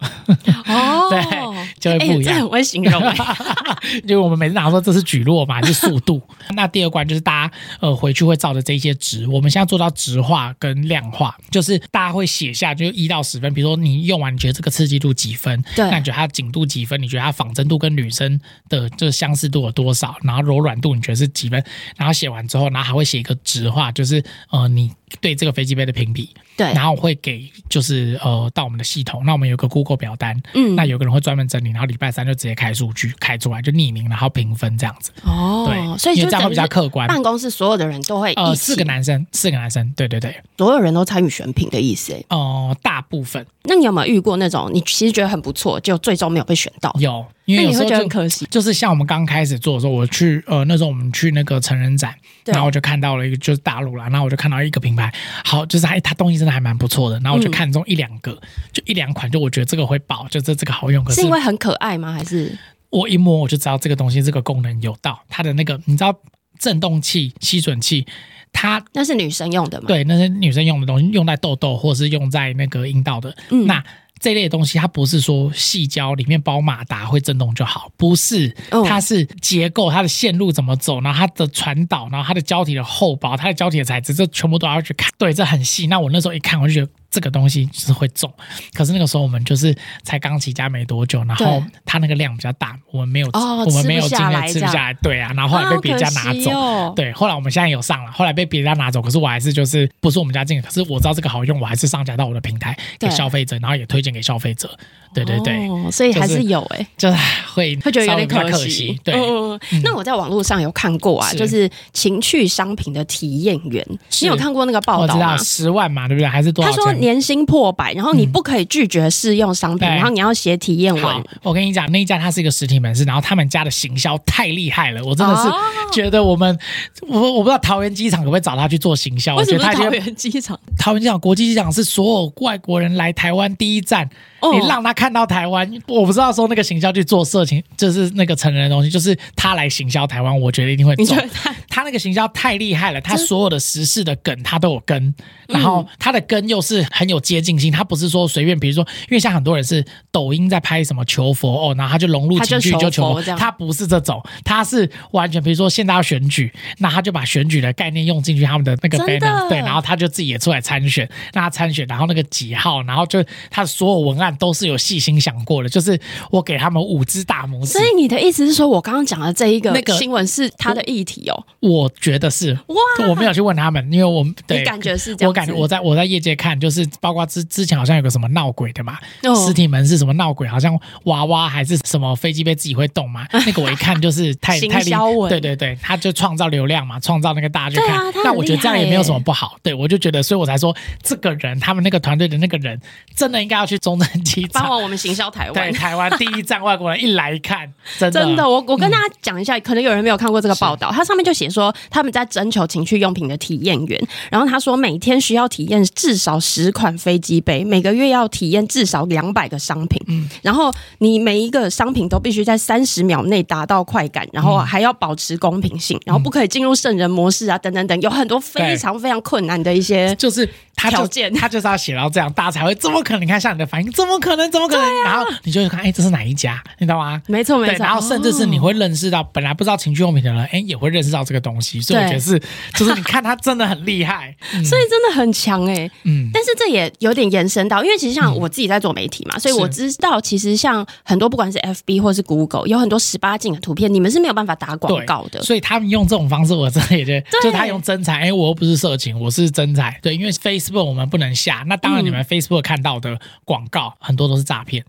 A: 哦，
B: 对就会不一样
A: 哎这很会形容、哎
B: 因为我们每次拿说这是举落嘛，就是速度。 那第二关就是大家呃回去会照着这些值，我们现在做到值化跟量化，就是大家会写下就一到十分，比如说你用完你觉得这个刺激度几分，
A: 对
B: 那你觉得它紧度几分？你觉得它仿真度跟女生的这相似度有多少？然后柔软度你觉得是几分？然后写完之后，然后还会写一个值化，就是呃你对这个飞机杯的评比。
A: 对
B: 然后会给就是呃到我们的系统，那我们有个 Google 表单，
A: 嗯
B: 那有个人会专门整理，然后礼拜三就直接开数据开出来，就匿名然后评分这样子，
A: 哦，
B: 对
A: 所以
B: 因
A: 就
B: 为这样会比
A: 等
B: 较
A: 于是
B: 客观
A: 办公室所有的人都会一
B: 呃，
A: 起，
B: 四个男生，四个男生，对对对，
A: 所有人都参与选品的意思、哎，
B: 哦、大部分
A: 那你有没有遇过那种你其实觉得很不错，就最终没有被选到？
B: 有因为
A: 那
B: 有
A: 你
B: 时
A: 会
B: 候
A: 觉得很
B: 就
A: 可惜。
B: 就是像我们刚开始做的时候，我去呃那时候我们去那个成人展，
A: 对
B: 然后我就看到了一个就是大陆啦，然后我就看到一个品牌，好就是它它东西真的还蛮不错的，然后我就
A: 嗯
B: 看中一两个，就一两款，就我觉得这个会爆，就这这个好用，可
A: 是
B: 是
A: 因为很可爱吗？还是
B: 我一摸我就知道这个东西这个功能有到它的那个你知道震动器吸吮器，它
A: 那是女生用的吗？
B: 对那些女生用的东西用在痘痘或者是用在那个阴道的，
A: 嗯
B: 那。这类的东西，它不是说细胶里面包马达会震动就好，不是，
A: 嗯
B: 它是结构、它的线路怎么走，然后它的传导，然后它的胶体的厚薄、它的胶体的材质，这全部都要去看。对，这很细。那我那时候一看，我就觉得这个东西就是会中。可是那个时候我们就是才刚起家没多久，然后
A: 对
B: 它那个量比较大，我们没有，
A: 哦
B: 我们没有
A: 吃不
B: 经
A: 下
B: 验
A: 来
B: 吃不
A: 这
B: 下
A: 样
B: 来。对啊，然后后来被别家拿走。
A: 啊好可惜哦
B: 对，后来我们现在有上了，后来被别家拿走，可是我还是就是不是我们家进的，可是我知道这个好用，我还是上架到我的平台给
A: 对
B: 消费者，然后也推荐给消费者。对对对，
A: 哦所以还
B: 就是
A: 是有哎、
B: 就是会
A: 会觉得有
B: 稍微
A: 点
B: 比较可
A: 惜。
B: 对，
A: 嗯
B: 嗯
A: 那我在网络上有看过啊，
B: 是
A: 就是情趣商品的体验员，
B: 是
A: 你有看过那个报
B: 我
A: 道
B: 知道
A: 吗？
B: 十万嘛，对不对？还是多
A: 他
B: 少
A: 说
B: 钱？嗯
A: 年薪破百，然后你不可以拒绝试用商品，
B: 对
A: 然后你要写体验文
B: 好。，我跟你讲，那一家它是一个实体门市，然后他们家的行销太厉害了，我真的是
A: 哦
B: 觉得我们，我我不知道桃园机场可不可以找他去做行销，我
A: 为
B: 觉
A: 什
B: 得
A: 么
B: 他
A: 是
B: 已经
A: 桃园机场？
B: 桃园机场国际机场是所有外国人来台湾第一站，
A: 哦
B: 你让他看到台湾。我不知道说那个行销去做色情，就是那个成人的东西，就是他来行销台湾，我觉得一定会
A: 你
B: 中
A: 觉。得他
B: 他那个行销太厉害了，他所有的时事的梗他都有跟，然后
A: 嗯
B: 他的跟又是很有接近性，他不是说随便，比如说，因为像很多人是抖音在拍什么求佛哦，然后他就融入
A: 他
B: 情
A: 就
B: 绪
A: 求
B: 就求
A: 佛
B: 佛
A: 这，样
B: 他不是这种，他是完全比如说现在要选举，那他就把选举的概念用进去他们的那个
A: 真的
B: banner 对，然后他就自己也出来参选，那他参选，然后那个几号，然后就他的所有文案都是有细心想过的，就是我给他们五只大拇指
A: 所，以你的意思是说我刚刚讲的这一个
B: 那个
A: 新闻是他的议题哦？
B: 我觉得是
A: 哇，
B: 我没有去问他们，因为我们对
A: 你感觉是这样子？
B: 我感觉我在我在业界看，就是包括之之前好像有个什么闹鬼的嘛，
A: 哦
B: 实体门是什么闹鬼，好像娃娃还是什么飞机杯自己会动 嘛，那个我一看就是太
A: 行
B: 太厉
A: 销文
B: 对对对，他就创造流量嘛，创造那个大家去
A: 对啊 他
B: 看
A: 很，
B: 但我觉得这样也没有什么
A: 厉害耶
B: 不好，对我就觉得，所以我才说这个人他们那个团队的那个人真的应该要去中正机
A: 帮
B: 场，
A: 我我们行销台
B: 对
A: 湾。
B: 台湾第一站外国人一来一看，真的
A: 真的，我我跟大家讲一下，可能有人没有看过这个报道，它上面就写说他们在征求情趣用品的体验员，然后他说每天需要体验至少十款飞机杯，每个月要体验至少两百个商品，
B: 嗯
A: 然后你每一个商品都必须在三十秒内达到快感，然后
B: 嗯
A: 还要保持公平性，然后不可以进入圣人模式啊，等等等，有很多非常非常困难的一些。
B: 就是他就
A: 条件
B: 他就是要写到这样，大家才会怎么可能？你看像你的反应，怎么可能？怎么可能？然后你就会看，哎，这是哪一家？你知道吗？
A: 没错，啊没
B: 对，
A: 错。
B: 然后甚至是你会认识到本来不知道情趣用品的人，哎，也会认识到这个东西，所以我觉得是，就是你看他真的很厉 害，嗯
A: 所以真的很强哎、
B: 嗯，
A: 但是这也有点延伸到，因为其实像我自己在做媒体嘛，所以我知道其实像很多不管是 FB 或是 Google，有很多十八禁的图片，你们是没有办法打广
B: 对
A: 告的。
B: 所以他们用这种方式，我真的也觉得，就他用真材，哎，我又不是色情，我是真材，对，因为 Facebook 我们不能下，那当然
A: 嗯
B: 你们 Facebook 看到的广告很多都是诈骗，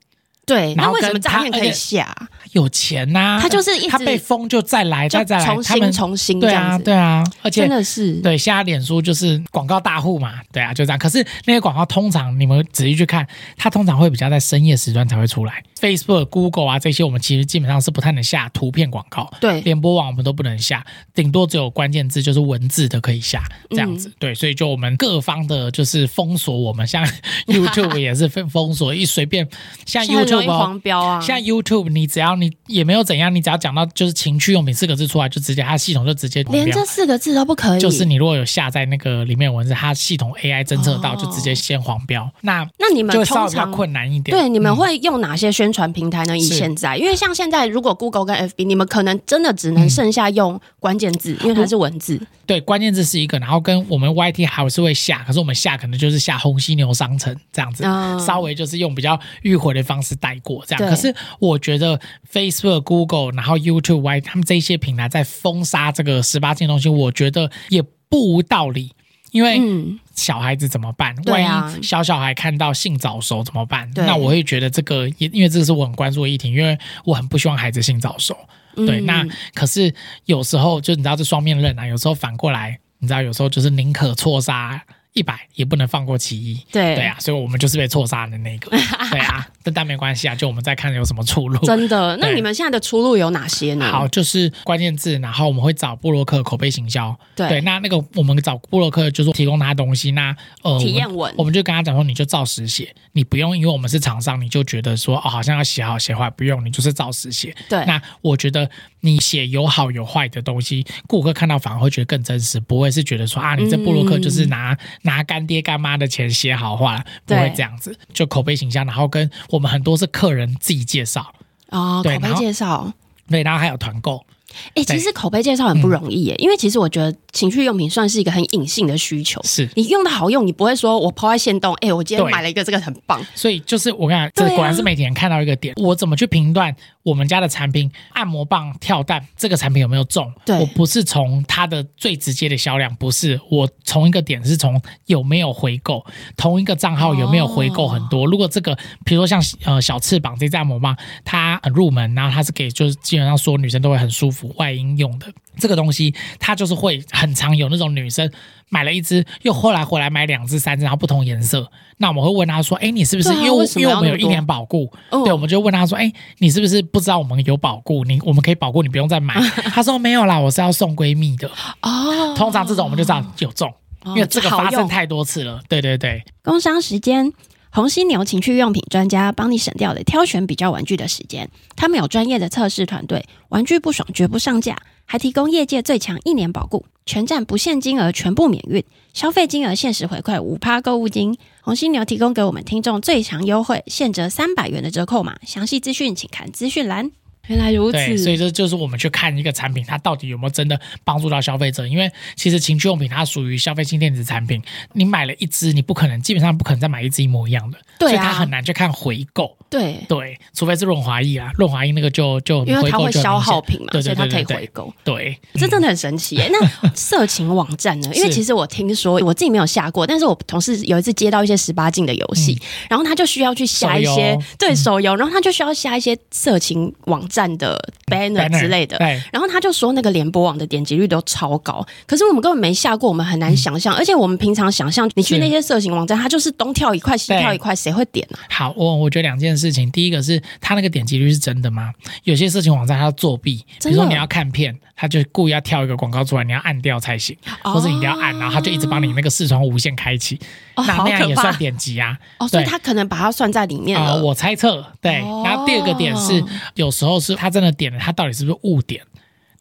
A: 对，
B: 然
A: 那
B: 后
A: 为什么
B: 跟
A: 诈
B: 他
A: 骗可
B: 而
A: 以
B: 且
A: 下？
B: 有钱呐，
A: 他就是一直
B: 他被封就再来，
A: 就
B: 再再来，
A: 重
B: 他们
A: 新重新这
B: 对
A: 样
B: 啊，
A: 子，
B: 对啊，而且
A: 真的是
B: 对，现在脸书就是广告大户嘛，对啊，就这样。可是那些广告通常你们仔细去看，它通常会比较在深夜时段才会出来。Facebook、Google 啊这些，我们其实基本上是不太能下图片广告，
A: 对
B: 联播网我们都不能下，顶多只有关键字就是文字的可以下
A: 嗯
B: 这样子。对，所以就我们各方的就是封锁我们，像 YouTube 也是封封锁，一随便像
A: 现在很容
B: YouTube
A: 易
B: 哦、
A: 黄标啊，
B: 像 YouTube，你只要你也没有怎样，你只要讲到就是情趣用品四个字出来，就直接它系统就直接黄
A: 连
B: 标
A: 这四个字都不可以，
B: 就是你如果有下载那个里面的文字，它系统 AI 侦测到
A: 哦
B: 就直接先黄标，那
A: 那你们
B: 就会稍微
A: 通
B: 比较
A: 常
B: 困难一点。
A: 对，你们
B: 嗯
A: 会用哪些宣传平台呢？以
B: 是
A: 现在，因为像现在，如果 Google 跟 FB，你们可能真的只
B: 嗯
A: 能剩下用关键字，因为它是文字。
B: 对关键字是一个，然后跟我们 YT 还是会下，可是我们下可能就是下红犀牛商城这样子，
A: 嗯
B: 稍微就是用比较迂回的方式带过这样。
A: 对
B: 可是我觉得 Facebook、Google，然后 YouTube、Y 他们这些平台在封杀这个十八禁的东西，我觉得也不无道理，因为。
A: 嗯，
B: 小孩子怎么办？
A: 对
B: 万
A: 啊
B: 一小小孩看到性早熟怎么办？
A: 对
B: 那我会觉得这个也因为这个是我很关注的议题，因为我很不希望孩子性早熟。对，
A: 嗯
B: 那可是有时候就你知道这双面刃啊，有时候反过来，你知道有时候就是宁可错杀。一百也不能放过其一。
A: 对
B: 对啊，所以我们就是被错杀的 那个。对啊，但但没关系啊，就我们再看有什么出路。
A: 真的。那
B: 对
A: 你们现在的出路有哪些呢？
B: 好，，就是关键字，然后我们会找布洛克口碑行销。
A: 对
B: 那那个我们找布洛克就是提供他东西，那呃，
A: 体验
B: 我们
A: 文
B: 我们就跟他讲说，你就照实写，你不用因为我们是厂商，你就觉得说哦，好像要写好写坏，不用，你就是照实写。
A: 对
B: 那我觉得你写有好有坏的东西，顾客看到反而会觉得更真实，不会是觉得说啊，你这布洛克就是
A: 嗯
B: 拿、拿干爹干妈的钱写好话，不会
A: 对
B: 这样子。就口碑形象，然后跟我们很多是客人自己介绍，
A: 哦，
B: 对
A: 口
B: 然
A: 碑
B: 后
A: 介绍。
B: 对，然后还有团购。
A: 哎、其实口碑介绍很不容易耶，
B: 嗯
A: 因为其实我觉得情趣用品算是一个很隐性的需求。
B: 是，
A: 你用的好用，你不会说我抛在线洞，哎、我今天
B: 对
A: 买了一个这个很棒，
B: 所以就是我跟你讲，
A: 对啊
B: 这果然是每天看到一个点，我怎么去评断我们家的产品按摩棒跳蛋这个产品有没有中？
A: 对
B: 我不是从它的最直接的销量，不是我从一个点是从有没有回购，同一个账号有没有回购很
A: 哦
B: 多。如果这个比如说像呃小翅膀这只按摩棒，它很入门，然后它是给就是基本上所有女生都会很舒服外阴用的这个东西，它就是会很常有那种女生。买了一只，又后来回来买两只、三只，然后不同颜色。那我们会问她说：“哎、你是不是
A: 对啊
B: 因为我
A: 为什么
B: 因为我
A: 要
B: 们
A: 那
B: 有
A: 么
B: 一
A: 多
B: 年保固？
A: 嗯
B: 对，我们就问她说：‘哎、你是不是不知道我们有保固？你我们可以保固，你不用 再买。’她说：‘没有啦，我是要送闺蜜的。
A: 哦’
B: 通常这种我们就知道有中，因为这个发生太多次了。对对对，
C: 工商时间，红犀牛情趣用品专家帮你省掉了挑选比较玩具的时间。他们有专业的测试团队，玩具不爽绝不上架，还提供业界最强一年保固，全站不限金额全部免运，消费金额限时回馈五趴购物金。红犀牛提供给我们听众最强优惠，现折三百元的折扣码。详细资讯请看资讯栏。
A: 原来如
B: 对，所
A: 此，
B: 以这就是我们去看一个产品，它到底有没有真的帮助到消费者。因为其实情趣用品它属于消费性电子产品，你买了一只，你不可能基本上不可能再买一只一模一样的，
A: 对啊
B: 所以它很难去看回购。
A: 对，
B: 对，除非是润滑液啊，润滑液那个就就
A: 因为
B: 回
A: 它
B: 购
A: 会
B: 就很
A: 消
B: 明显
A: 耗品嘛，
B: 对
A: 所
B: 对
A: 以它
B: 对
A: 可以
B: 对
A: 回
B: 对，
A: 购。
B: 对，
A: 这真的很神奇耶、那色情网站呢？因为
B: 是
A: 其实我听说，我自己没有下过，但是我同事有一次接到一些十八禁的游戏，然后他就需要去下一些
B: 嗯手游
A: 对手游，然后他就需要下一些色情网站的 banner 之类的。
B: 对。
A: 然后他就说，那个联播网的点击率都超高，可是我们根本没下过，我们很难想象。
B: 嗯
A: 而且我们平常想象，你去
B: 是
A: 那些色情网站，它就是东跳一块西
B: 对
A: 跳一块，谁会点啊？
B: 好，我我觉得两件事情，第一个是它那个点击率是真的吗？有些色情网站它要作弊，比
A: 真的
B: 如说你要看片，它就故意要跳一个广告出来，你要按掉才行，
A: 啊
B: 或者你一定要按，然后它就一直帮你那个视窗无限开启，
A: 哦
B: 那
A: 好
B: 那样
A: 可
B: 也
A: 怕
B: 算点 击啊。
A: 哦，所以
B: 对
A: 他可能把它算在里面
B: 啊、
A: 了。
B: 我猜测对。
A: 哦
B: 然后第二个点是，有时候是他真的点了，他到底是不是误点？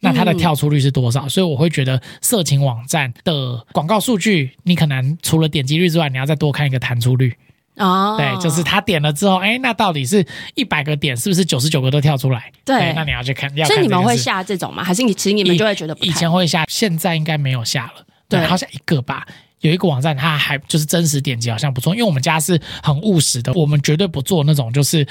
B: 那它的
A: 嗯
B: 跳出率是多少？所以我会觉得色情网站的广告数据，你可能除了点击率之外，你要再多看一个弹出率。
A: 哦，
B: 对，就是他点了之后，哎，那到底是一百个点，是不是九十九个都跳出来？哎
A: 对
B: 那你要去看，要看
A: 所以你
B: 这
A: 们
B: 件
A: 会
B: 事
A: 下这种吗？还是你其实你们
B: 以
A: 就会觉得不
B: 以
A: 太
B: 前会下，现在应该没有下了。对，
A: 对
B: 好像一个吧。有一个网站，它还就是真实点击好像不错，因为我们家是很务实的，我们绝对不做那种就是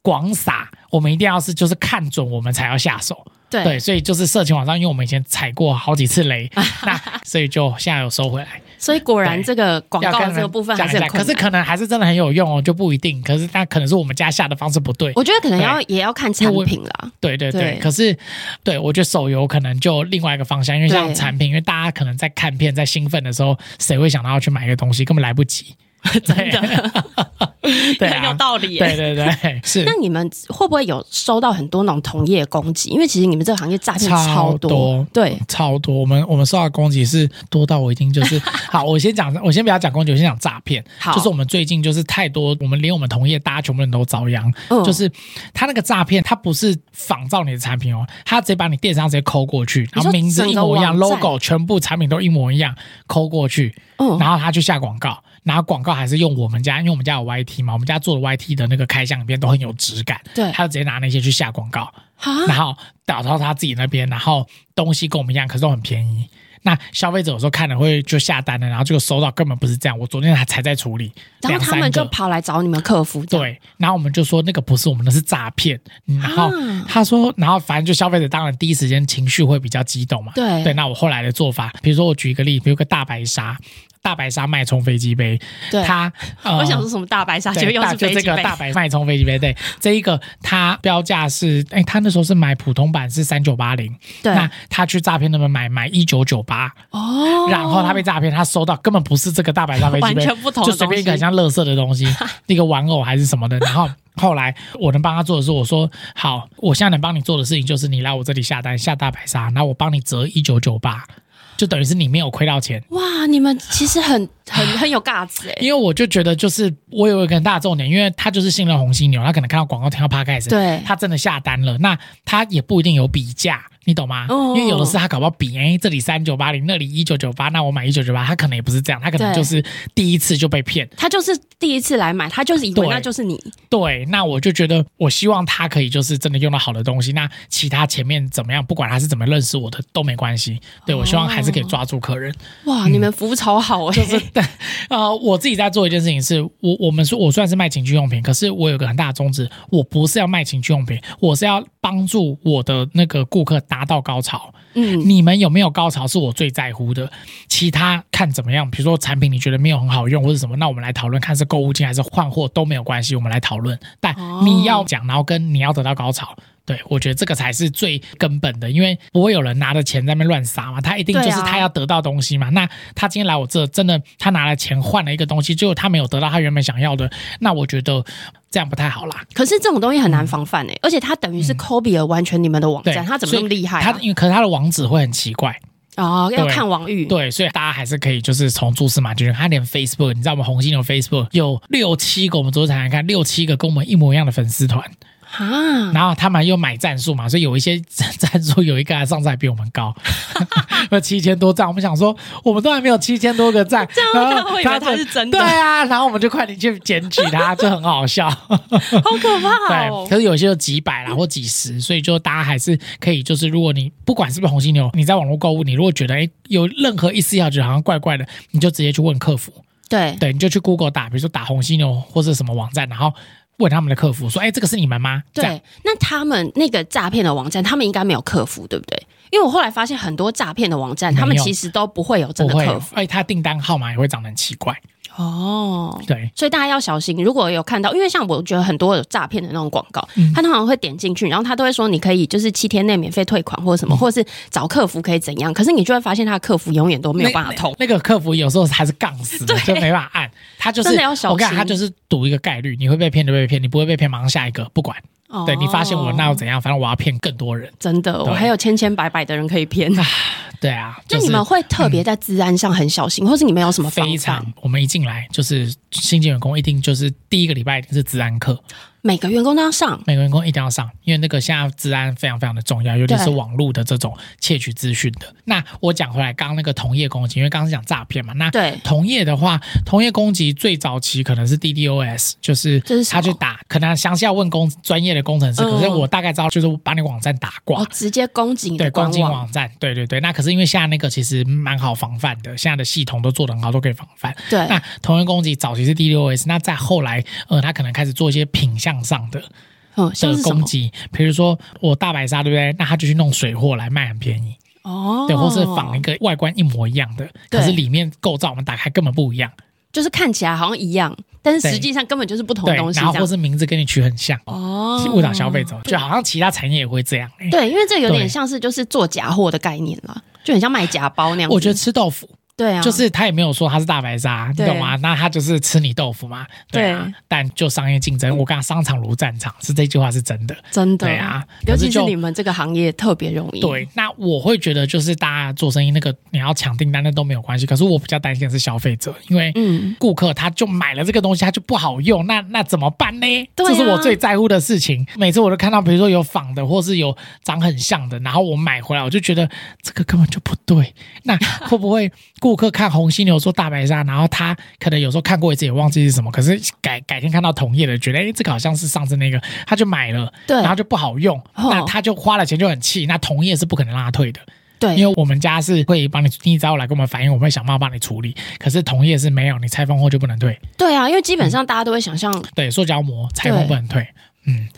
B: 广撒，我们一定要是就是看准我们才要下手。
A: 对
B: 所以就是色情网站，因为我们以前踩过好几次 雷，那所以就现在有收回来。
A: 所以果然
B: 对
A: 这个广
B: 要
A: 告
B: 跟
A: 的这个
B: 人
A: 部分还
B: 讲一
A: 是
B: 下
A: 很困
B: 可是
A: 难。
B: 可能还是真的很有用哦，就不一定。可是那可能是我们家下的方式不对。
A: 我觉得可能要也要看产
B: 因为我
A: 品 啦，
B: 对对对，
A: 对
B: 可是对我觉得手游可能就另外一个方向，因为像
A: 对
B: 产品，因为大家可能在看片、在兴奋的时候，谁会想到要去买一个东西，根本来不及。
A: 真的
B: 对
A: 很有
B: 啊，
A: 道理
B: 对
A: 耶。
B: 对对，是
A: 那你们会不会有收到很多那种同业攻击？因为其实你们这个行业诈骗
B: 超
A: 多，对，
B: 超多。我们我们受到的攻击是多到我已经就是 好，我先讲，我先不要讲攻击，我先讲诈骗。
A: 好
B: 就是我们最近就是太多，我们连我们同业大家全部人都遭殃。
A: 嗯
B: 就是他那个诈骗，他不是仿造你的产品哦，他直接把你电商直接抠过去，然后
A: 说
B: 名字
A: 整
B: 一
A: 个
B: 模一样
A: 网站
B: ，logo 全部产品都一模一样，抠过去，
A: 嗯
B: 然后他去下广告。然后广告还是用我们家，因为我们家有 YT 嘛，我们家做的 YT 的那个开箱里面都很有质感，
A: 对
B: 他就直接拿那些去下广告，
A: 啊，
B: 然后打到他自己那边，然后东西跟我们一样，可是都很便宜。那消费者有时候看了会就下单了，然后结果收到根本不是这样。我昨天还才在处理，
A: 然后
B: 两
A: 他
B: 三
A: 们就
B: 个
A: 跑来找你们客服，这样，
B: 对，然后我们就说那个不是我们的，是诈骗。然后他说，然后反正就消费者当然第一时间情绪会比较激动嘛。
A: 对
B: 对，那我后来的做法，比如说我举一个例，比如个大白鲨，大白鲨脉冲飞机杯，
A: 对，
B: 它、呃
A: 我想说什么大白鲨，结果
B: 对，
A: 又
B: 大
A: 是飞机
B: 就这个
A: 杯
B: 大白脉冲飞机杯，对，这一个它标价是，哎，它那时候是买普通版是三九八零，
A: 对
B: 那他去诈骗那边买买一九九八，
A: 哦，
B: 然后他被诈骗，他收到根本不是这个大白鲨飞机
A: 完
B: 杯，
A: 全不同的
B: 就随便一个很
A: 东西
B: 像垃圾的东西，一个玩偶还是什么的。然后后来我能帮他做的是，我说好，我现在能帮你做的事情就是你来我这里下单下大白鲨，然后我帮你折一九九八，就等于是你没有亏到钱。
A: 哇，你们其实很很很有 guts 哎、
B: 因为我就觉得，就是我有一个很大的重点，因为他就是信任红犀牛，他可能看到广告听到 podcast，
A: 对
B: 他真的下单了，那他也不一定有比价，你懂吗？
A: 哦
B: 因为有的是他搞不好比，哎、这里三九八零，那里一九九八，那我买一九九八，他可能也不是这样，他可能
A: 对
B: 就是第一次就被骗。
A: 他就是第一次来买，他就是以为
B: 对
A: 那就是你，
B: 对，那我就觉得，我希望他可以就是真的用到好的东西，那其他前面怎么样，不管他是怎么认识我的都没关系。对我希望还是
A: 哦
B: 可以抓住客人。
A: 哇，
B: 嗯
A: 你们服务超好哎、
B: 呃，我自己在做一件事情是，我我们说我虽然是卖情趣用品，可是我有个很大的宗旨，我不是要卖情趣用品，我是要帮助我的那个顾客达到高潮。
A: 嗯，
B: 你们有没有高潮是我最在乎的，其他看怎么样。比如说产品你觉得没有很好用或者什么，那我们来讨论看是购物金还是换货都没有关系，我们来讨论。但
A: 哦
B: 你要讲，然后跟你要得到高潮。对，我觉得这个才是最根本的，因为不会有人拿着钱在那边乱撒嘛，他一定
A: 对啊
B: 就是他要得到东西嘛。那他今天来我这，真的他拿了钱换了一个东西，结果他没有得到他原本想要的，那我觉得这样不太好啦。
A: 可是这种东西很难防范哎、而且他等于是 copy 了完全你们的网
B: 嗯对，
A: 站，他怎么那么厉害、
B: 所以
A: 啊
B: 他？因为可是他的网址会很奇怪，
A: 哦，要
B: 对
A: 看网域，
B: 对，所以大家还是可以就是从蛛丝马迹，他连 Facebook，你知道我们红犀牛 Facebook 有六七个，我们昨天才来看六七个跟我们一模一样的粉丝团，
A: 啊，
B: 然后他们又买战术嘛，所以有一些战术有一个还上次还比我们 高，有七千多赞，我们想说我们都还没有七千多个赞，
A: 这样大
B: 然后
A: 家会以为他
B: 就是
A: 真的
B: 对啊，然后我们就快点去检举他，就很好笑。
A: 好可怕哦
B: 对，！可是有些就几 百啦或几十，所以就大家还是可以，就是如果你不管是不是红犀牛，你在网络购物，你如果觉得哎有任何一丝一毫觉得好像怪怪的，你就直接去问客服，
A: 对
B: 对，你就去 Google 打，比如说打红犀牛或者什么网站，然后问他们的客服说，哎，这个是你们吗？这样
A: 对，那他们那个诈骗的网站，他们应该没有客服，对不对？因为我后来发现很多诈骗的网站，
B: 没有
A: 他们其实都不会有真
B: 不
A: 的
B: 会
A: 客服，
B: 而且他订单号码也会长得很奇怪，
A: 哦。
B: 对。
A: 所以大家要小心，如果有看到，因为像我觉得很多有诈骗的那种广告，
B: 嗯
A: 他通常会点进去，然后他都会说你可以就是七天内免费退款或者什么，
B: 嗯
A: 或者是找客服可以怎样，可是你就会发现他的客服永远都没有办法通。
B: 那个客服有时候还是杠死的，就没办法按。他就是
A: 真的要小心
B: 我跟你讲，他就是赌一个概率，你会被骗就被骗，你不会被骗，马上下一个，不管。对你发现我，那又
A: 哦
B: 怎样？反正我要骗更多人。
A: 真的，我
B: 对
A: 还有千千百百的人可以 骗。
B: 对啊，
A: 那
B: 就是
A: 你们会特别在治安上很小心，或是你们有什么
B: 非
A: 方法？
B: 常，我们一进来就是新进员工，一定就是第一个礼拜一定是治安课，
A: 每个员工都要上
B: 每个员工一定要上，因为那个现在治安非常非常的重要，尤其是
A: 对
B: 网络的这种窃取资讯的。那我讲回来，刚刚那个同业攻击，因为刚刚是讲诈骗嘛，那
A: 对
B: 同业的话，同业攻击最早期可能是 DDoS，就是
A: 这是什么
B: 他去打，可能详细要问工专业的工程师，可是
A: 嗯
B: 我大概知道就是把你网站打挂
A: 哦，，直接攻击你
B: 对，
A: 的
B: 攻
A: 官
B: 击
A: 网。
B: 网站，对对对。那可是因为现在那个其实蛮好防范的，现在的系统都做得很好，都可以防范。
A: 对
B: 那同源攻击早期是 DDoS，那再后来，呃，他可能开始做一些品相上的
A: 嗯，像
B: 的
A: 是什么
B: 攻击，比如说我大白鲨，对不对？那他就去弄水货来卖，很便宜，
A: 哦，
B: 对，或是仿一个外观一模一样的，可是
A: 对
B: 里面构造我们打开根本不一样，
A: 就是看起来好像一样，但是
B: 对
A: 实际上根本就是不同
B: 对
A: 的东，西
B: 然
A: 这
B: 后或
A: 样。
B: 是名字跟你取很像，
A: 哦
B: 误导消费者，就好像其他产业也会这样。欸
A: 对，因为这有点
B: 对
A: 像是就是做假货的概念啦，就很像卖假包那样子。
B: 我觉得吃豆腐
A: 对啊，
B: 就是他也没有说他是大白鲨，你
A: 对
B: 懂吗？那他就是吃你豆腐嘛，对啊。
A: 对
B: 但就商业竞争，我刚商场如战场，是这句话是真的。
A: 真的
B: 对啊
A: 尤
B: 可
A: 其
B: 是
A: 是
B: 就
A: 你们这个行业特别容易。
B: 对，那我会觉得就是大家做生意那个你要抢订单那都没有关系，可是我比较担心的是消费者，因为
A: 嗯
B: 顾客他就买了这个东西，他就不好用，那那怎么办呢？
A: 对啊
B: 这是我最在乎的事情。每次我都看到，比如说有仿的，或是有长很像的，然后我买回来，我就觉得这个根本就不对。那会不会顾客看红犀牛说大白鲨，然后他可能有时候看过一次也忘记是什么，可是改改天看到同业的，觉得哎这个好像是上次那个，他就买了，
A: 对
B: 然后就不好用，
A: 哦
B: 那他就花了钱就很气，那同业是不可能让他退的。
A: 对，
B: 因为我们家是会帮你，你只要来跟我们反映，我们会想办法帮你处理。可是同业是没有，你拆封后就不能退。
A: 对啊，因为基本上大家都会想象
B: 对，塑胶膜拆封不能退。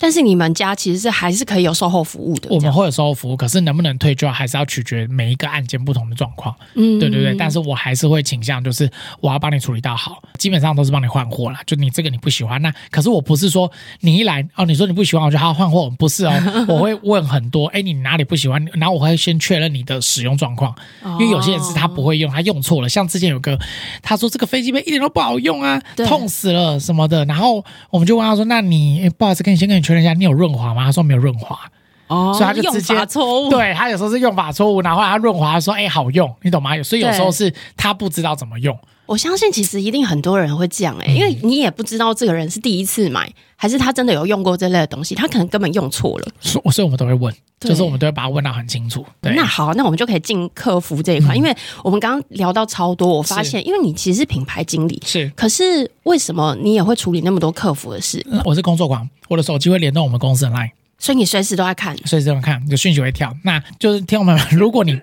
A: 但是你们家其实是还是可以有售后服务的，
B: 我们会有售后服务，可是能不能退就还是要取决每一个案件不同的状况。
A: 嗯
B: 对对对，但是我还是会倾向就是我要帮你处理到好，基本上都是帮你换货啦。就你这个你不喜欢，那可是我不是说你一来哦，你说你不喜欢，我就好换货，不是 哦，我会问很多，哎，你哪里不喜欢？然后我会先确认你的使用状况，
A: 哦
B: 因为有些人是他不会用，他用错了。像之前有个他说这个飞机杯一点都不好用啊，
A: 对
B: 痛死了什么的。然后我们就问他说，那你哎不好意思，跟你先跟你确认一下，你有润滑吗？他说没有润滑。
A: 哦
B: 所以他就直接
A: 用法错误，
B: 对他有时候是用法错误，然后后来他润滑说：“哎、好用，你懂吗？”有所以有时候是他不知道怎么用，
A: 我相信其实一定很多人会这样哎、欸，因为
B: 嗯
A: 你也不知道这个人是第一次买，还是他真的有用过这类的东西，他可能根本用错了。
B: 所所以我们都会问，
A: 对
B: 就是我们都会把它问到很清楚。对，嗯
A: 那好，那我们就可以进客服这一块，因为我们刚刚聊到超多，我发
B: 是
A: 现，因为你其实是品牌经理，
B: 是。
A: 可是为什么你也会处理那么多客服的事？
B: 嗯我是工作狂，我的手机会联动我们公司的 LINE，
A: 所以你随时都在 看，
B: 所以这样看有讯息会跳。那就是听我们， 如果你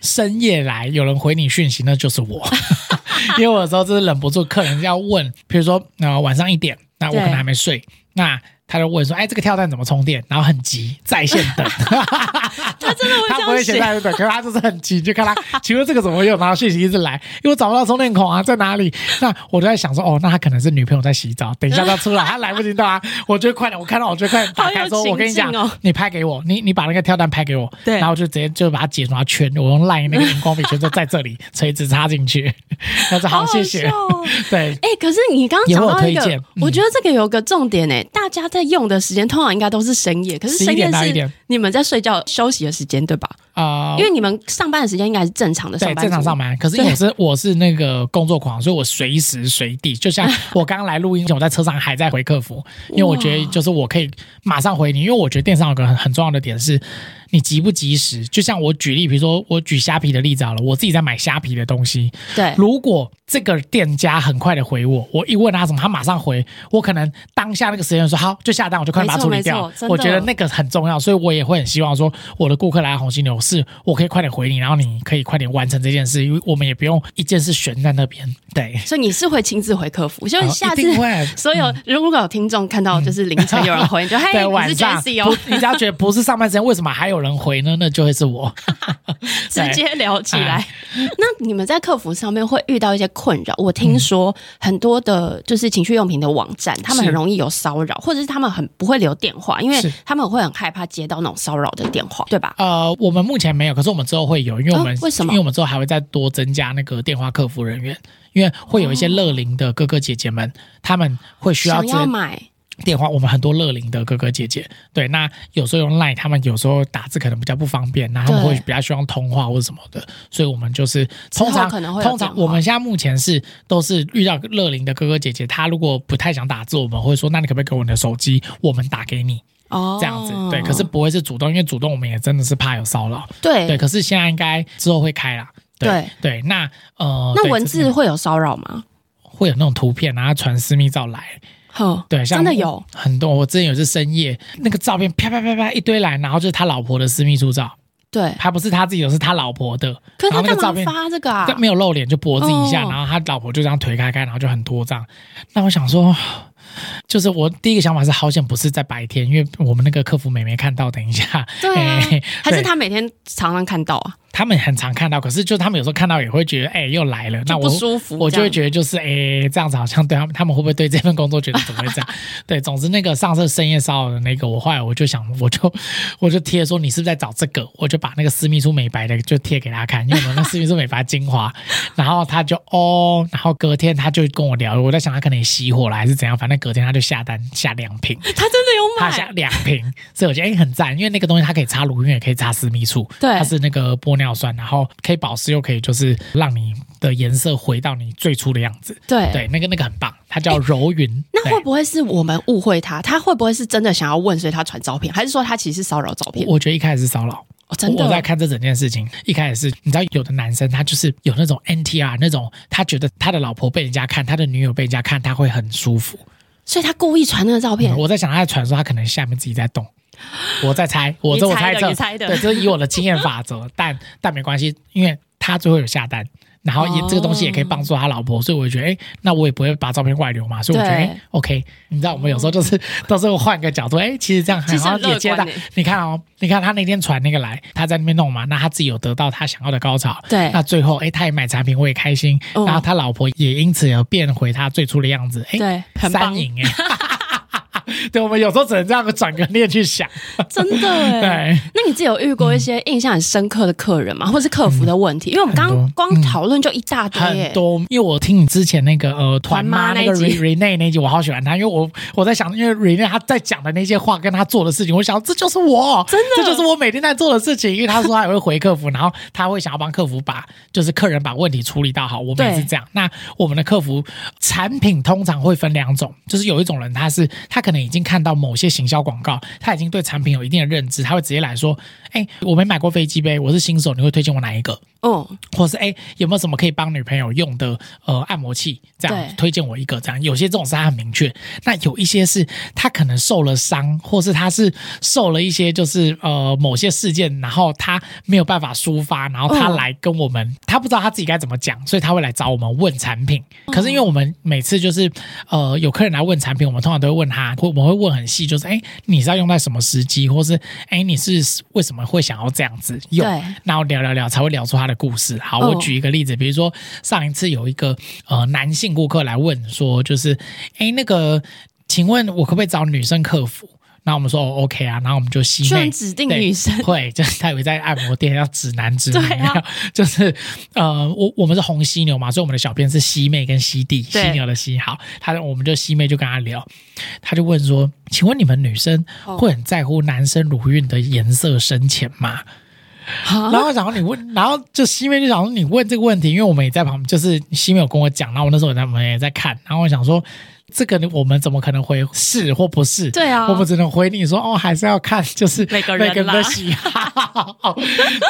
B: 深夜来有人回你讯息，那就是我， 因为我有时候就是忍不住，客人要问，比如说呃晚上一点，那我
A: 对
B: 可能还没睡，那他就问说：“哎，这个跳蛋怎么充电？”然后很急，在线等。
A: 他真的会
B: 他不会
A: 这
B: 写
A: 样写。
B: 在有鬼，可是他就是很急，你就看他，请问这个怎么用？然后讯息一直来，因为我找不到充电孔啊，在哪里？那我就在想说，哦，那他可能是女朋友在洗澡，等一下他出来，他来不及到啊，我就快点，我看到我就快点打开说，
A: 好有情境哦
B: 我跟你讲，你拍给我，你你把那个跳蛋拍给我，
A: 对
B: 然后我就直接就把它解出来圈，我用 line 那个荧光笔圈就在这里垂直插进去， 他说好，
A: 好
B: 谢谢
A: 笑哦，
B: 对。
A: 哎、可是你刚刚
B: 也
A: 讲
B: 会有
A: 到一个
B: 推荐，嗯
A: 我觉得这个有个重点哎、大家在用的时间通常应该都是深夜，可是深
B: 11
A: 夜
B: 点到1
A: 是
B: 点
A: 你们在睡觉休息的时间对吧？
B: 啊、
A: 因为你们上班的时间应该是正常的上
B: 对，
A: 班族，
B: 正常上班。可是因为我是我是那个工作狂，所以我随时随地，就
A: 啊
B: 像我刚来录音前，我在车上还在回客服，因为我觉得就是我可以马上回你，因为我觉得电商有个很很重要的点是，你及不及时。就像我举例，比如说我举虾皮的例子好了，我自己在买虾皮的东西，
A: 对，
B: 如果这个店家很快的回我，我一问他什么，他马上回我，可能当下那个时间说好就下单，我就快把它处理
A: 没错没
B: 掉
A: 错真。的
B: 我觉得那个很重要，所以我也会很希望说，我的顾客来红犀牛是我可以快点回你，然后你可以快点完成这件事，因为我们也不用一件事悬在那边。对，
A: 所以你是会亲自回客服，就是
B: 哦
A: 下次
B: 一定会
A: 所有如果有听众看到就是凌晨有人回，你 就 嘿，
B: 对，
A: 你
B: 嗯晚
A: 是
B: 上
A: Jesse 哦，
B: 不你只要觉得不是上班时间，为什么还有人回呢？那就会是我。
A: 直接聊起来
B: 哎。
A: 那你们在客服上面会遇到一些困扰？我听说很多的就是情趣用品的网站，他们
B: 是
A: 很容易有骚扰，或者是他们很不会留电话，因为
B: 是
A: 他们会很害怕接到那种骚扰的电话，对吧？
B: 呃，我们目前没有，可是我们之后会有，因为我们、
A: 啊为什么
B: 因为我们之后还会再多增加那个电话客服人员，因为会有一些乐龄的哥哥姐姐们，他们会需要
A: 想
B: 这
A: 要买，
B: 电话。我们很多乐龄的哥哥姐姐，对，那有时候用 Line，他们有时候打字可能比较不方便，然后他们
A: 对
B: 会比较希望通话或者什么的，所以我们就是通
A: 之
B: 常
A: 后可能会有
B: 通常
A: 电话
B: 我们现在目前是都是遇到乐龄的哥哥姐姐，他如果不太想打字，我们会说，那你可不可以给我你的手机，我们打给你
A: 哦
B: 这样子，对，可是不会是主动，因为主动我们也真的是怕有骚扰。
A: 对
B: 对，可是现在应该之后会开啦。
A: 对
B: 对对，那呃，
A: 那
B: 对
A: 文
B: 这
A: 字
B: 边
A: 会有骚扰吗？
B: 会有那种图片，然后传私密照来。
A: 哼，
B: 对，像
A: 真的
B: 我
A: 有。
B: 很多。我之前有一次深夜，那个照片啪啪啪啪一堆来，然后就是他老婆的私密处照，
A: 对，
B: 还不是他自己的，是他老婆的。
A: 可是他
B: 然后那
A: 干
B: 个照
A: 嘛
B: 片
A: 发这个啊？
B: 但没有露脸，就脖子一下，
A: 哦
B: 然后他老婆就这样腿开开，然后就很多这样。那我想说，就是我第一个想法是，好险不是在白天，因为我们那个客服美眉看到，等一下，
A: 对啊
B: 哎，
A: 还是
B: 对
A: 他每天常常看到啊？
B: 他们很常看到，可是就他们有时候看到也会觉得，哎、又来了，那
A: 就不
B: 我
A: 舒服
B: 我就
A: 这
B: 会
A: 样
B: 觉得就是，哎、这样子好像对他们，他们会不会对这份工作觉得怎么会这样？ 对，总之那个上次深夜骚扰的那个，我后来我就想，我就 我就贴说你是不是在找这个？我就把那个私密处美白的就贴给他看，因为我们那私密处美白精华， 然后他就哦，然后隔天他就跟我聊，我在想他可能也熄火了还是怎样，反正隔天他就下单下两瓶，
A: 他真的 有
B: 他下
A: 买，
B: 两瓶，所以我觉得哎、很赞，因为那个东西它可以擦乳晕，也可以擦私密处，
A: 对
B: 它是那个玻尿酸，然后可以保湿，又可以就是让你的颜色回到你最初的样子。
A: 对。
B: 对，那个那个很棒，它叫柔云。
A: 那
B: 对
A: 会不会是我们误会他？他会不会是真的想要问，所以他传照片，还是说他其实是骚扰照片？
B: 我我觉得一开始是骚扰。
A: 哦真
B: 我在
A: 的，
B: 看这整件事情，一开始是你知道，有的男生他就是有那种 NTR 那种，他觉得他的老婆被人家看，他的女友被人家看，他会很舒服。
A: 所以他故意传那个照片
B: 嗯。我在想，他的传说他可能下面自己在动，我在猜，我这我
A: 你猜
B: 猜
A: 的
B: 测，
A: 你猜的
B: 对，这是以我的经验法则，但但没关系，因为。他他最后有下单。然后也、
A: 哦
B: 这个东西也可以帮助他老婆，所以我觉得，哎，那我也不会把照片外流嘛，所以我觉得
A: 对
B: 哎，OK。你知道，我们有时候就是到时候换个角度，哎，其实这样
A: 其实
B: 好
A: 很
B: 像也接到
A: 乐观欸。
B: 你看哦，你看他那天传那个来，他在那边弄嘛，那他自己有得到他想要的高潮，
A: 对
B: 那最后哎，他也买产品，我也开心，
A: 嗯
B: 然后他老婆也因此而变回他最初的样子，哎，
A: 对，很棒
B: 三，赢哎。 对，我们有时候只能这样转个念去想，
A: 真的哎。
B: 对。嗯
A: 那你自己有遇过一些印象很深刻的客人吗？或是客服的问题？因为我们刚
B: 很
A: 刚
B: 多嗯
A: 光讨论就一大堆
B: 很
A: 耶，
B: 多，因为我听你之前那个呃
A: 团
B: 团妈
A: 妈
B: 那个
A: 那一
B: Re
A: 集
B: Rene 那一集，我好喜欢她，因为我我在想，因为 Rene 她在讲的那些话跟她做的事情，我想这就是我，真
A: 的
B: 这就是我每天在做的事情。因为她说她也会回客服，然后她会想要帮客服把就是客人把问题处理到好，我们也是
A: 对
B: 这样。那我们的客服产品通常会分两种，就是有一种人他是他可能已经看到某些行销广告，他已经对产品有一定的认知，他会直接来说，哎、我没买过飞机杯，我是新手，你会推荐我哪一个？
A: 嗯，
B: 或是哎、诶有没有什么可以帮女朋友用的呃按摩器？这样
A: 对
B: 推荐我一个，这样有些这种是他很明确，那有一些是他可能受了伤，或是他是受了一些就是呃某些事件，然后他没有办法抒发，然后他
A: 嗯
B: 来跟我们，他不知道他自己该怎么讲，所以他会来找我们问产品。
A: 嗯
B: 可是因为我们每次就是呃有客人来问产品，我们通常都会问他，我们会问很细，就是哎、诶你是要用在什么时机，或是哎、诶你是为什么会想要这样子用？
A: 对
B: 然后聊聊聊才会聊出他的故事。好，
A: 哦
B: 我举一个例子，比如说上一次有一个呃男性顾客来问说，就是哎那个，请问我可不可以找女生客服？那我们说哦 OK 啊，然后我们就吸
A: 居
B: 内
A: 然指定
B: 对
A: 女生，
B: 会， 就是他以为在按摩店要指男指女，
A: 对啊
B: 然后就是呃，我我们是红犀牛嘛，所以我们的小编是犀妹跟犀弟，犀
A: 对
B: 牛的犀。好，他我们就犀妹就跟他聊，他就问说：“请问你们女生
A: 哦
B: 会很在乎男生乳晕的颜色深浅吗？”
A: 啊
B: 然后然后你问，然后就西妹就想说你问这个问题，因为我们也在旁边，就是西妹有跟我讲，然后我那时候也在我们也在看，然后我想说这个我们怎么可能回是或不是？
A: 对啊
B: 我们只能回你说哦，还是要看就是
A: 每个人啦
B: 每个人的喜好。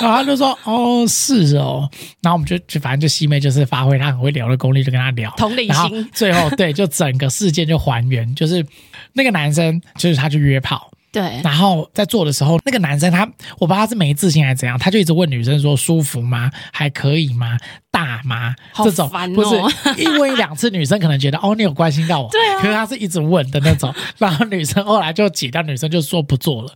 B: 然后他就说哦是哦，然后我们就就反正就西妹就是发挥她很会聊的功力，就跟他聊
A: 同理
B: 然后
A: 心
B: 最后对，就整个事件就还原，就是那个男生就是他去约炮。
A: 对，
B: 然后在做的时候，那个男生他，我不知道他是没自信还是怎样，他就一直问女生说舒服吗？还可以吗？大吗？
A: 好
B: 这种
A: 烦哦
B: 不 是一问一两次，女生可能觉得哦你有关心到我，
A: 对啊
B: 可是他是一直问的那种，然后女生后来就挤掉，女生就说不做了，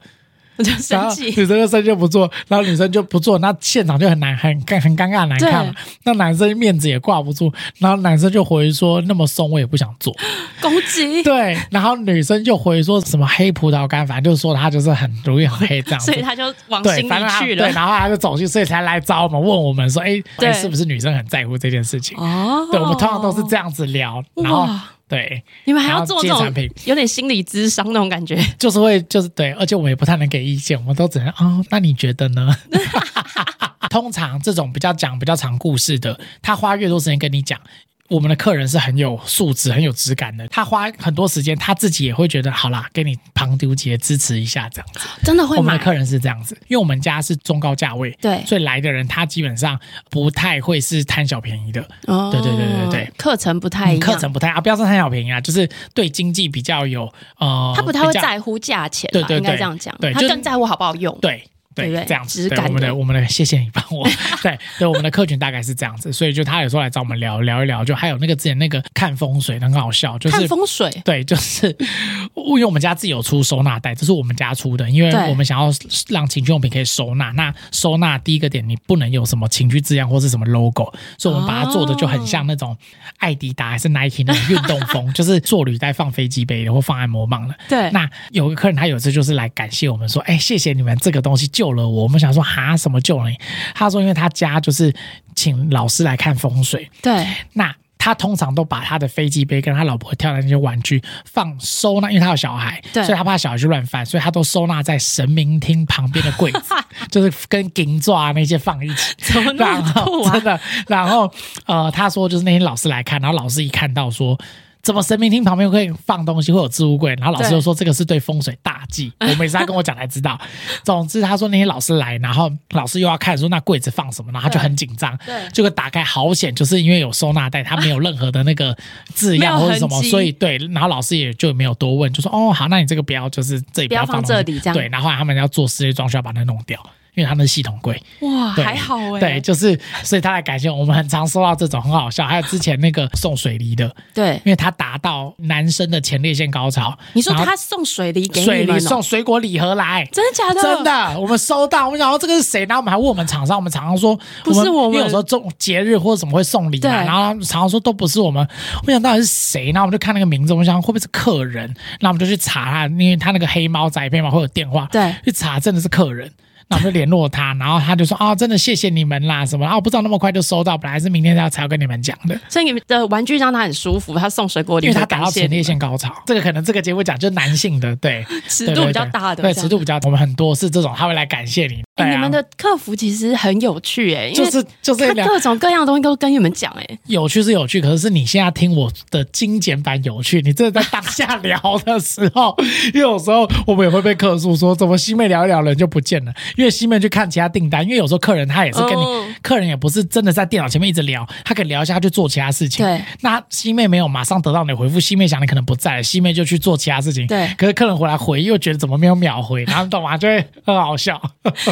A: 我就
B: 然
A: 生
B: 后
A: 气，
B: 女生就生气不做，然后女生就不做，那现场就很难很很很尴尬很难看嘛，那男生面子也挂不住，然后男生就回说那么松我也不想做，
A: 攻击，
B: 对，然后女生就回说什么黑葡萄干，反正就说她就是很容易很黑这样子
A: 所以。他就往
B: 对，
A: 心
B: 反正
A: 里
B: 她
A: 去
B: 对，
A: 了。
B: 然后她就走去，所以才来找我们，问我们说，哎、
A: 对
B: 哎是不是女生很在乎这件事情？
A: 哦
B: 对，我们通常都是这样子聊，然后
A: 哇
B: 对，
A: 你们还
B: 然
A: 要
B: 后
A: 做
B: 接
A: 这
B: 产
A: 种
B: 品
A: 有点心理智商那种感觉，
B: 就是会就是对，而且我们也不太能给意见，我们都只能哦，那你觉得呢？ 通常这种比较讲比较长故事的，他花越多时间跟你讲。我们的客人是很有素质、很有质感的，他花很多时间，他自己也会觉得好啦，给你旁丢节支持一下这样子。
A: 真的会
B: 我们
A: 买
B: 的客人是这样子，因为我们家是中高价位，
A: 对
B: 所以来的人他基本上不太会是贪小便宜的，
A: 哦
B: 对对对对对，
A: 课程不太一
B: 嗯
A: 样，
B: 课程不太啊，不要说贪小便宜啊，就是对经济比较有呃，
A: 他不太会
B: 比较
A: 在乎价钱
B: 对
A: 啦，
B: 对
A: 应该
B: 对
A: 这样讲
B: 对，
A: 他
B: 就
A: 更在乎好不好用。
B: 对。对
A: 对不对
B: 这样子，
A: 质
B: 对
A: 感
B: 我们的
A: 的
B: 我们的，谢谢你帮我。 对对，我们的客群大概是这样子，所以就他有时候来找我们聊聊一聊，就还有那个之前那个看风水很好笑，就是
A: 看风水，
B: 对，就是因为我们家自己有出收纳袋，这是我们家出的，因为
A: 对
B: 我们想要让情趣用品可以收纳。那收纳第一个点，你不能有什么情趣字样或是什么 logo，所以我们把它做的就很像那
A: 哦
B: 种艾迪达还是 Nike 那种运动风， 就是做履带放飞机杯的或放按摩棒的。
A: 对，
B: 那有个客人，他有一次就是来感谢我们说：“哎、谢谢你们，这个东西救了我。”我们想说：“哈，什么救了你？”他说：“因为他家就是请老师来看风水，
A: 对
B: 那他通常都把他的飞机杯跟他老婆跳的那些玩具放收纳，因为他有小孩，所
A: 对
B: 以他怕小孩去乱翻，所以他都收纳在神明厅旁边的柜子，就是跟银爪那些放一起。
A: 怎么 那
B: 然
A: 么
B: 后
A: 酷
B: 真
A: 啊？
B: 的，然后呃，他说就是那天老师来看，然后老师一看到说。怎么神明厅旁边会放东西，会有置物柜？然后老师
A: 对
B: 就说这个是对风水大 忌。我每次他跟我讲才知道。总之，他说那天老师来，然后老师又要看说那柜子放什么，然后他就
A: 对
B: 很紧张。
A: 对
B: 结果打开好险，就是因为有收纳袋，它没有任何的那个字样
A: 没有
B: 或者什么，
A: 痕迹
B: 所以对，然后老师也就没有多问，就说哦好，那你这个不要就是这里
A: 不要
B: 放
A: 放
B: 东西
A: 这里这样
B: 对，然后后来他们要做室内装修，要把它弄掉。因为他们是系统柜。
A: 哇，
B: 对
A: 还好哎、
B: 对，就是所以他来感谢我们，很常收到这种很好笑。还有之前那个送水梨的，
A: 对
B: 因为他达到男生的前列腺高潮，
A: 你说
B: 然后
A: 他送水梨给
B: 水
A: 你们、
B: 梨
A: 哦，
B: 送水果礼盒来，
A: 真的假的？
B: 真的，我们收到，我们想说这个是谁？然后我们还问我们厂商，我们厂商说
A: 不是我们
B: 因为有时候中节日或者什么会送礼嘛，
A: 对
B: 然后厂商说都不是我们。我想到底是谁？然后我们就看那个名字，我们想会不会是客人？然后我们就去查他，因为他那个黑猫仔片嘛会有电话，
A: 对
B: 去查真的是客人。那我们就联络他，然后他就说：“哦，真的谢谢你们啦，什么？然啊后我不知道那么快就收到，本来是明天要才要跟你们讲 的，
A: 所以你们的玩具让他很舒服，他送水果礼
B: 因
A: 物，
B: 为他达到
A: 感谢
B: 前列
A: 你
B: 腺高潮。这个可能这个节目讲就是男性的，对，
A: 尺
B: 对
A: 度
B: 对
A: 比较
B: 对
A: 大的
B: 对，
A: 这样
B: 尺度比较，我们很多是这种，他会来感谢你。对
A: 哎、
B: 啊
A: 你们的客服其实很有趣哎、因
B: 就
A: 为
B: 是就是
A: 他
B: 两
A: 各种各样的东西都跟你们讲哎、
B: 有趣是有趣，可是是你现在听我的精简版有趣，你真的在当下聊的时候，因为有时候我们也会被客诉说，怎么西妹聊一聊人就不见了，因为西妹去看其他订单，因为有时候客人他也是跟你，
A: 哦
B: 客人也不是真的在电脑前面一直聊，他可以聊一下他去做其他事情。
A: 对，
B: 那西妹没有马上得到你的回复，西妹想你可能不在，西妹就去做其他事情。
A: 对
B: 可是客人回来回又觉得怎么没有秒回，然后你懂吗？就会很好笑。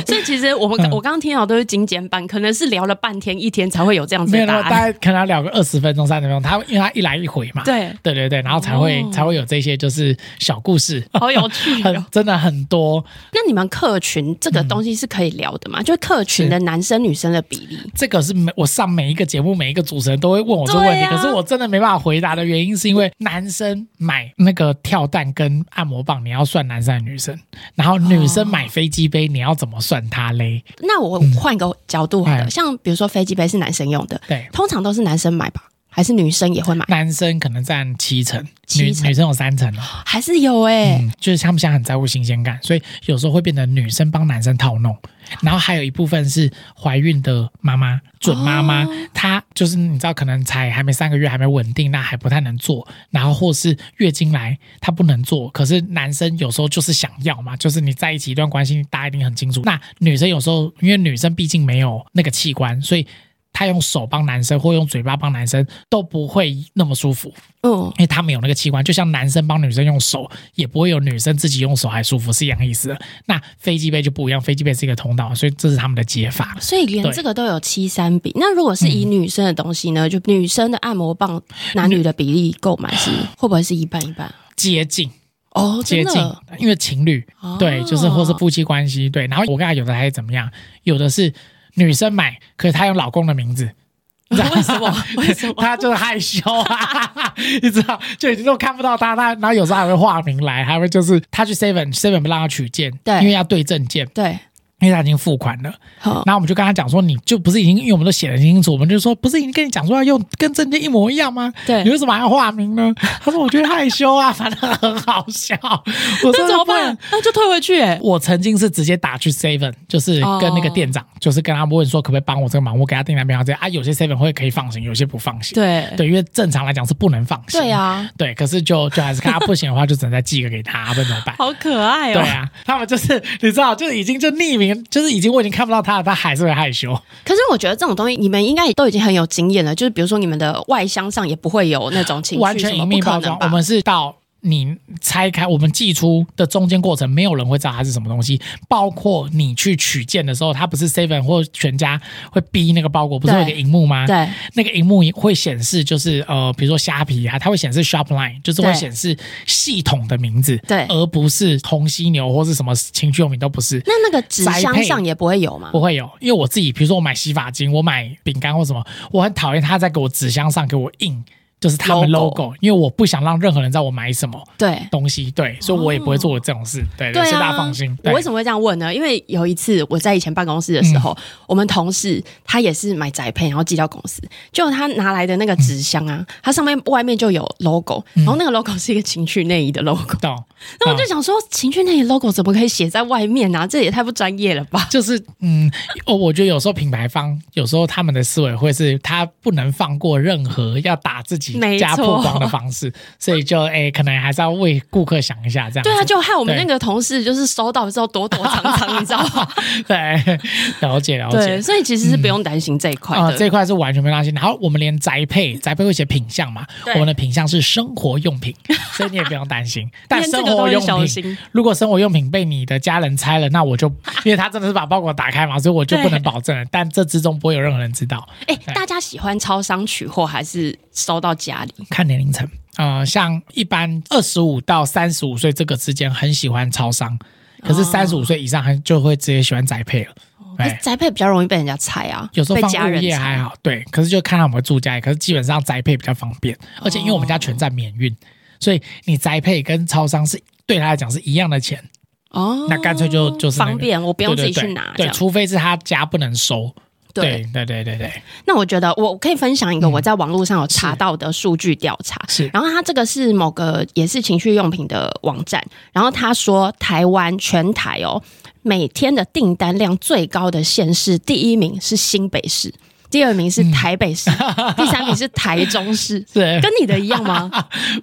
A: 所以其实我们、
B: 嗯
A: 我刚刚听到都是精简版，可能是聊了半天一天才会有这样子
B: 没
A: 的
B: 有，
A: 答
B: 大
A: 案。
B: 概可能要聊个二十分钟、三十分钟。他因为他一来一回嘛，
A: 对，
B: 对对对，然后才会、
A: 哦
B: 才会有这些就是小故事，
A: 好有趣
B: 很
A: 哦！
B: 真的很多。
A: 那你们客群这个东西是可以聊的吗？
B: 嗯
A: 就是客群的男生女生的比例，
B: 这个是每我上每一个节目每一个主持人都会问我这个问题，
A: 对啊
B: 可是我真的没办法回答的原因是因为男生买那个跳蛋跟按摩棒，你要算男生还是女生，然后
A: 哦
B: 女生买飞机杯，你要怎么算它嘞？
A: 那我换个角度好了，
B: 嗯
A: 像比如说飞机杯是男生用的，
B: 对。
A: 通常都是男生买吧，还是女生也会买？
B: 男生可能占七成，女
A: 七成
B: 女生有三成哦。
A: 还是有哎、
B: 嗯，就是他们现在很在乎新鲜感，所以有时候会变得女生帮男生套弄，然后还有一部分是怀孕的妈妈、准妈妈，她就是你知道，可能才还没三个月，还没稳定，那还不太能做，然后或是月经来她不能做，可是男生有时候就是想要嘛，就是你在一起一段关系，大家一定很清楚。那女生有时候因为女生毕竟没有那个器官，所以。她用手帮男生，或用嘴巴帮男生，都不会那么舒服。
A: 嗯，
B: 因为他们有那个器官，就像男生帮女生用手，也不会有女生自己用手还舒服，是一样意思的。那飞机杯就不一样，飞机杯是一个通道，所以这是他们的解法。
A: 所以连
B: 对嗯
A: 这个都有七三比。那如果是以女生的东西呢，就女生的按摩棒，男女的比例购买是会不会是一半一半？
B: 接近，
A: 哦，
B: 接
A: 真
B: 近
A: 的，，
B: 因为情侣、
A: 哦
B: 对，就是或是夫妻关系对。然后我跟他有的还怎么样，有的是女生买，可是她用老公的名字，
A: 为什么？为什么？
B: 他就是害羞啊， 你知道，就已经都看不到他，他然后有时候还会化名来，还会就是他去 seven seven 不让他取件，
A: 对
B: 因为要对证件，
A: 对，
B: 因为他已经付款了。
A: 好，
B: 然后我们就跟他讲说，你就不是已经，因为我们都写的清楚，我们就说不是已经跟你讲说要用跟证件一模一样吗？
A: 对
B: 你为什么还要化名呢？他说我觉得害羞啊，反正很好笑。我说
A: 那怎么
B: 不然
A: 办？那就退回去哎、
B: 我曾经是直接打去 Seven，就是
A: 哦
B: 跟那个店长就是跟他们问说可不可以帮我这个忙，我给他订单表这样啊。有些 Seven 会可以放行，有些不放行。
A: 对 啊
B: 对，因为正常来讲是不能放行。
A: 对、啊，
B: 对，可是就就还是看他不行的话，就只能再寄一个给他，不然怎么 办？
A: 好可爱
B: 对
A: 哦、
B: 啊，他们就是你知道，就是已经就匿名，就是已经我已经看不到他了，他还是会害羞。
A: 可是我觉得这种东西你们应该也都已经很有经验了，就是比如说你们的外箱上也不会有那种情绪，
B: 完全
A: 什么
B: 隐秘
A: 不可
B: 包
A: 能
B: 装，
A: 吧
B: 我们是到你拆开，我们寄出的中间过程，没有人会知道它是什么东西。包括你去取件的时候，它不是 Seven 或全家会逼那个包裹，不是
A: 对
B: 会有个荧幕吗？，
A: 对
B: 那个荧幕会显示就是呃，比如说虾皮啊，它会显示 Shopline，就是会
A: 对
B: 显示系统的名字，
A: 对
B: 而不是红犀牛或是什么情趣用品都不是。
A: 那那个纸箱上也不会有吗
B: 不？会有，因为我自己，比如说我买洗发精，我买饼干或什么，我很讨厌他在给我纸箱上给我印，就是他们
A: Logo
B: logo，, 因为我不想让任何人知道我买什么
A: 对。
B: 东西，对，所以我也不会做这种事，对，
A: 哦对
B: 所以大
A: 啊，
B: 家放心。
A: 我
B: 对
A: 为什么会这样问呢？因为有一次我在以前办公室的时候，
B: 嗯
A: 我们同事他也是买宅配，然后寄到公司，就他拿来的那个纸箱
B: 嗯
A: 啊，它上面外面就有 logo，然后那个 logo 是一个情趣内衣的 logo，
B: 懂？
A: 那我
B: 懂
A: 就想说，情趣内衣 logo 怎么可以写在外面啊？这也太不专业了吧？
B: 就是嗯，哦，我觉得有时候品牌方有时候他们的思维会是，他不能放过任何要打自己击
A: 没
B: 加
A: 错
B: 曝光的方式，所以就哎、可能还是要为顾客想一下这样子。
A: 对啊，就害我们
B: 对
A: 那个同事就是收到之后躲躲藏藏，你知道吗？
B: 对，了解了解
A: 啊 对，。所以其实是不用担心这一块
B: 啊、
A: 的。
B: 这一块是完全没担心。然后我们连宅 配，宅配会写品相嘛？
A: 对
B: 我们的品相是生活用 品，所以你也不用担心。但
A: 连这
B: 生
A: 个都
B: 活
A: 会
B: 用
A: 小
B: 品
A: 心，
B: 如果生活用品被你的家人拆了，那 我就因为他真的是把包裹打开嘛，所以我就不能
A: 对
B: 保证了。但这之中不会有任何人知道，
A: 哎、大家喜欢超商取货还是收到家里？
B: 看年龄层。呃，像一般二十五到三十五岁这个之间，很喜欢超商，可是
A: 哦
B: 三十五岁以上，还就会直接喜欢宅配了。
A: 可
B: 哎
A: 是宅配比较容易被人家拆啊，
B: 有时候
A: 被
B: 放
A: 家
B: 物
A: 人
B: 业
A: 拆
B: 还好，对，可是就看他有没有住家里，可是基本上宅配比较方便，
A: 哦
B: 而且因为我们家全站免运，所以你宅配跟超商是对他来讲是一样的钱，
A: 哦，
B: 那干脆就就是那个
A: 方便，我不
B: 不
A: 用自己去拿。这
B: 对，
A: 样
B: 除非是他家不能收，
A: 对
B: 对，对，对，对，对，
A: 那我觉得我可以分享一个
B: 嗯
A: 我在网络上有查到的数据调查。
B: 是
A: 然后它这个是某个也是情趣用品的网站，然后他说台湾全台哦，每天的订单量最高的县市，第一名是新北市，第二名
B: 嗯
A: 是台北 市，第三名是台中市，
B: 是
A: 跟你的一样 吗？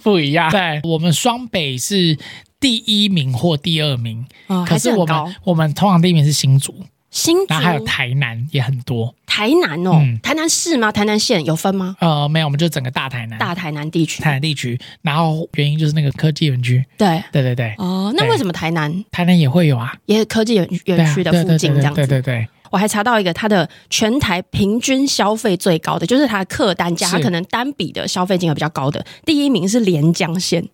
B: 不一样。对我们双北是第一名或第二名，
A: 哦
B: 可
A: 还
B: 是
A: 很
B: 我
A: 高
B: 们。我们通常第一名是新竹，
A: 新竹
B: 然后还有台南也很多，
A: 台南哦，
B: 嗯
A: 台南市吗？台南县有分吗？
B: 呃，没有，我们就整个大台南。
A: 大台南地区
B: 台南地区，然后原因就是那个科技园区，
A: 对
B: 对对对，
A: 哦，那
B: 对
A: 为什么台南
B: 台南也会有啊，
A: 也科技园
B: 对
A: 园
B: 啊
A: 区的
B: 对
A: 附
B: 对
A: 近
B: 对
A: 这样子？
B: 对对对，
A: 我还查到一个，它的全台平均消费最高的，就是它的客单价，
B: 是
A: 它可能单笔的消费金额比较高的，第一名是连江县，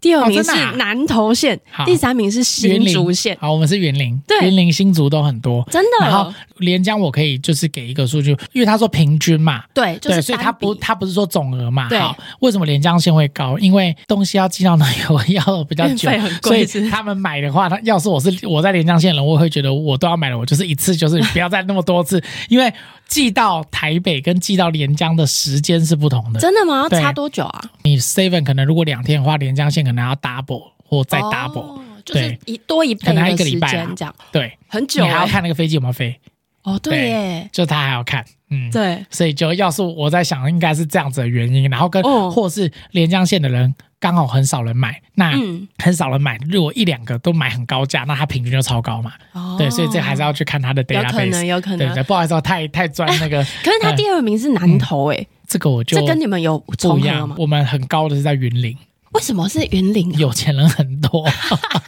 A: 第二
B: 哦
A: 名
B: 真的
A: 是
B: 啊
A: 南投县，
B: 好
A: 第三名是新
B: 云林
A: 竹县，
B: 好，我们是园林，
A: 对
B: 园林新竹都很多。
A: 真
B: 然后
A: 的，哦
B: 连江我可以就是给一个数据，因为他说平均嘛，
A: 对，就
B: 对，
A: 是
B: 所以
A: 单
B: 他不
A: 笔
B: 他不是说总额嘛。
A: 对
B: 好，为什么连江线会高？因为东西要寄到那里，我要比较
A: 运
B: 久
A: 费很，
B: 所
A: 贵
B: 以
A: 是不是
B: 他们买的话，他要是我是我在连江线的人，我会觉得我都要买了，我就是一次就是不要再那么多次，因为寄到台北跟寄到连江的时间是不同的。
A: 真的吗？
B: 对
A: 差多久啊？
B: 你 seven 可能如果两天的话，连江线可能要 double 或再 double，、
A: 哦就是
B: 对
A: 一多一倍
B: 可能要
A: 的
B: 一个
A: 时
B: 礼拜啊
A: 间这样，
B: 对。
A: 很久
B: 你还要
A: 欸
B: 看那个飞机有没有飞，
A: 哦，对
B: 对
A: 耶，
B: 就他还要看，嗯，
A: 对。
B: 所以就要是我在想，应该是这样子的原因，然后跟、
A: 哦
B: 或是连江县的人刚好很少人买，那
A: 嗯
B: 很少人买，如果一两个都买很高价，那它平均就超高嘛，
A: 哦
B: 对，所以这还是要去看它的
A: 有可
B: database，
A: 能，有可
B: 对
A: 能。
B: 对，不好意思，我太太专 那个，
A: 可是他第二名是南投，哎，
B: 这个我嗯就
A: 这跟你们有
B: 不
A: 重
B: 一
A: 合
B: 样
A: 吗，？
B: 我们很高的是在云林，
A: 为什么是云林啊？
B: 有钱人 很多，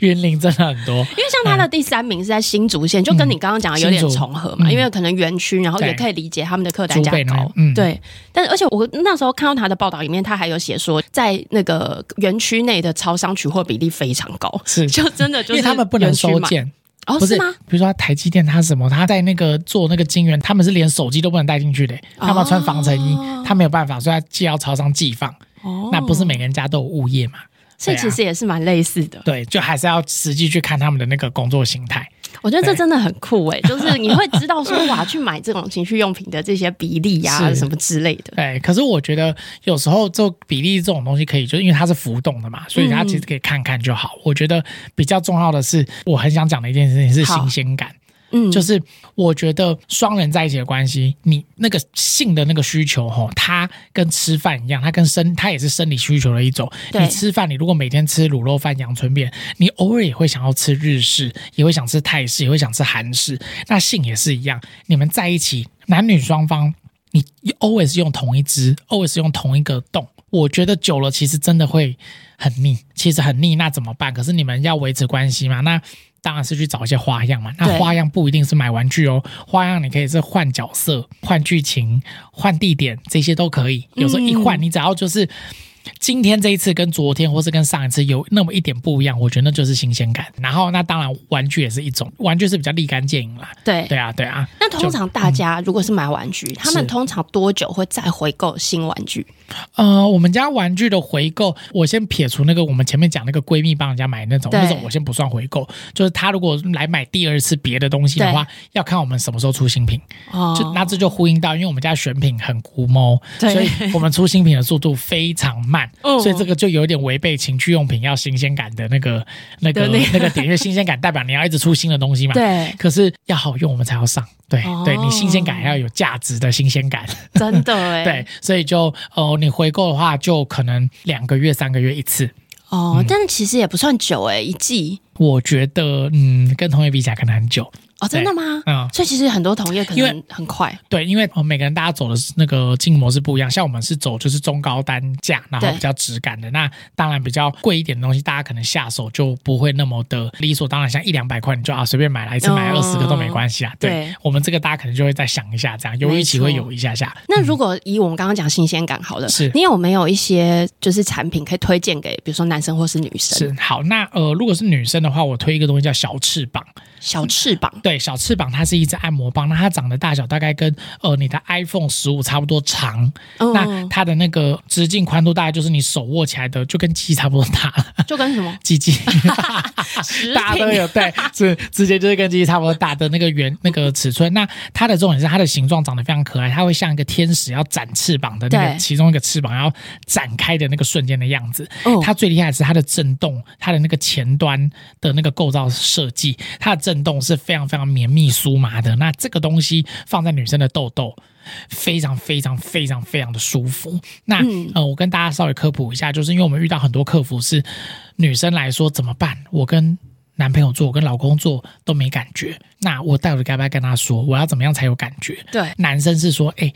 B: 云林真的很多，
A: 因为像他的第三名是在新竹县，就跟你刚刚讲的有点重合嘛，
B: 嗯嗯
A: 因为可能园区，然后也
B: 对
A: 可以理解他们的客单
B: 竹
A: 价
B: 北呢
A: 高，。
B: 嗯，
A: 对，但而且我那时候看到他的报道里面，他还有写说，在那个园区内的超商取货比例非常高，
B: 是，
A: 就真的就
B: 因
A: 是
B: 为他们不能
A: 园区
B: 收
A: 嘛
B: 件。
A: 哦，
B: 不
A: 是
B: 是
A: 吗？
B: 比如说台积电，它什么，它在那个做那个晶圆，他们是连手机都不能带进去的，
A: 哦
B: 他们要穿防尘衣，他没有办法，所以他寄到超商寄放。
A: 哦，
B: 那不是每个人家都有物业嘛？
A: 所以其实也是蛮类似的。
B: 对，就还是要实际去看他们的那个工作形态。
A: 我觉得这真的很酷哎、就是你会知道说哇，去买这种情趣用品的这些比例呀、
B: 是
A: 什么之类的。
B: 对，可是我觉得有时候这比例这种东西可以，就是因为它是浮动的嘛，
A: 嗯
B: 所以它其实可以看看就好。我觉得比较重要的是，我很想讲的一件事情是
A: 好
B: 新鲜感。
A: 嗯，
B: 就是我觉得双人在一起的关系，你那个性的那个需求吼，它跟吃饭一样，它跟生它也是生理需求的一种。
A: 对
B: 你吃饭，你如果每天吃卤肉饭、阳春面，你偶尔也会想要吃日式，也会想吃泰式，也会想吃韩式。那性也是一样，你们在一起，男女双方，你 always 用同一只，always 用同一个洞。我觉得久了，其实真的会很腻，其实很腻，那怎么办？可是你们要维持关系嘛，那当然是去找一些花样嘛。那
A: 对
B: 花样不一定是买玩具哦，花样你可以是换角色、换剧情、换地点，这些都可以。有时候一换，你只要就是今天这一次跟昨天或是跟上一次有那么一点不一样，我觉得那就是新鲜感。然后那当然玩具也是一种，玩具是比较立竿见影啦。
A: 对
B: 对啊，对啊。
A: 那通常大家如果是买玩具，他们
B: 是
A: 通常多久会再回购新玩具？
B: 呃，我们家玩具的回购，我先撇除那个我们前面讲那个闺蜜帮人家买那种，
A: 对
B: 那种我先不算回购。就是她如果来买第二次别的东西的话，要看我们什么时候出新品。
A: 哦
B: 就那这就呼应到，因为我们家选品很估摸，
A: 对
B: 所以我们出新品的速度非常 慢。慢，
A: 嗯
B: 所以这个就有点违背情趣用品要新鲜感的那个那个
A: 的那个
B: 那个点，因为新鲜感代表你要一直出新的东西嘛。。
A: 对，
B: 可是要好用，我们才要上。对、
A: 哦
B: 对，你新鲜感要有价值的新鲜感。
A: 真的哎、
B: 对，所以就哦、你回购的话，就可能两个月、三个月一次。嗯
A: 哦，但其实也不算久哎、一季
B: 我觉得，嗯，跟同业比起来可能很久。
A: 哦，真的吗？
B: 嗯，
A: 所以其实很多同业可
B: 因
A: 能
B: 为
A: 很快，
B: 对，因为哦每个人大家走的那个经营模式不一样，像我们是走就是中高单价，然后
A: 对
B: 比较质感的。那当然比较贵一点的东西，大家可能下手就不会那么的理所当然，像一两百块你就啊随便买来一次买
A: 嗯
B: 二十个都没关系啊。对
A: 对，
B: 我们这个大家可能就会再想一下，这样犹豫期会有一下下。
A: 那如果以我们刚刚讲新鲜感好了，
B: 是
A: 你有没有一些就是产品可以推荐给，比如说男生或是女生？
B: 是好，那呃，如果是女生的话，我推一个东西叫小翅膀。
A: 小翅膀
B: 对，小翅膀它是一只按摩棒，那它长的大小大概跟呃你的 iPhone 十五差不多长，
A: 嗯
B: 那它的那个直径宽度大概就是你手握起来的就跟鸡差不多大，
A: 就跟什么
B: 鸡鸡
A: 食
B: 大家都
A: 品
B: 有对， 是直接就是跟鸡鸡差不多大的那个圆那个尺寸。那它的重点是它的形状长得非常可爱，它会像一个天使要展翅膀的那
A: 对
B: 个其中一个翅膀要展开的那个瞬间的样子。
A: 哦
B: 它最厉害的是它的震动，它的那个前端的那个构造设计，它的震动是非常非常绵密酥麻的。那这个东西放在女生的痘痘。非常非常非常非常的舒服。那、呃，我跟大家稍微科普一下，就是因为我们遇到很多客服是女生来说怎么办？我跟男朋友做，我跟老公做都没感觉，那我到底该不该跟他说？我要怎么样才有感觉？
A: 对
B: 男生是说，哎、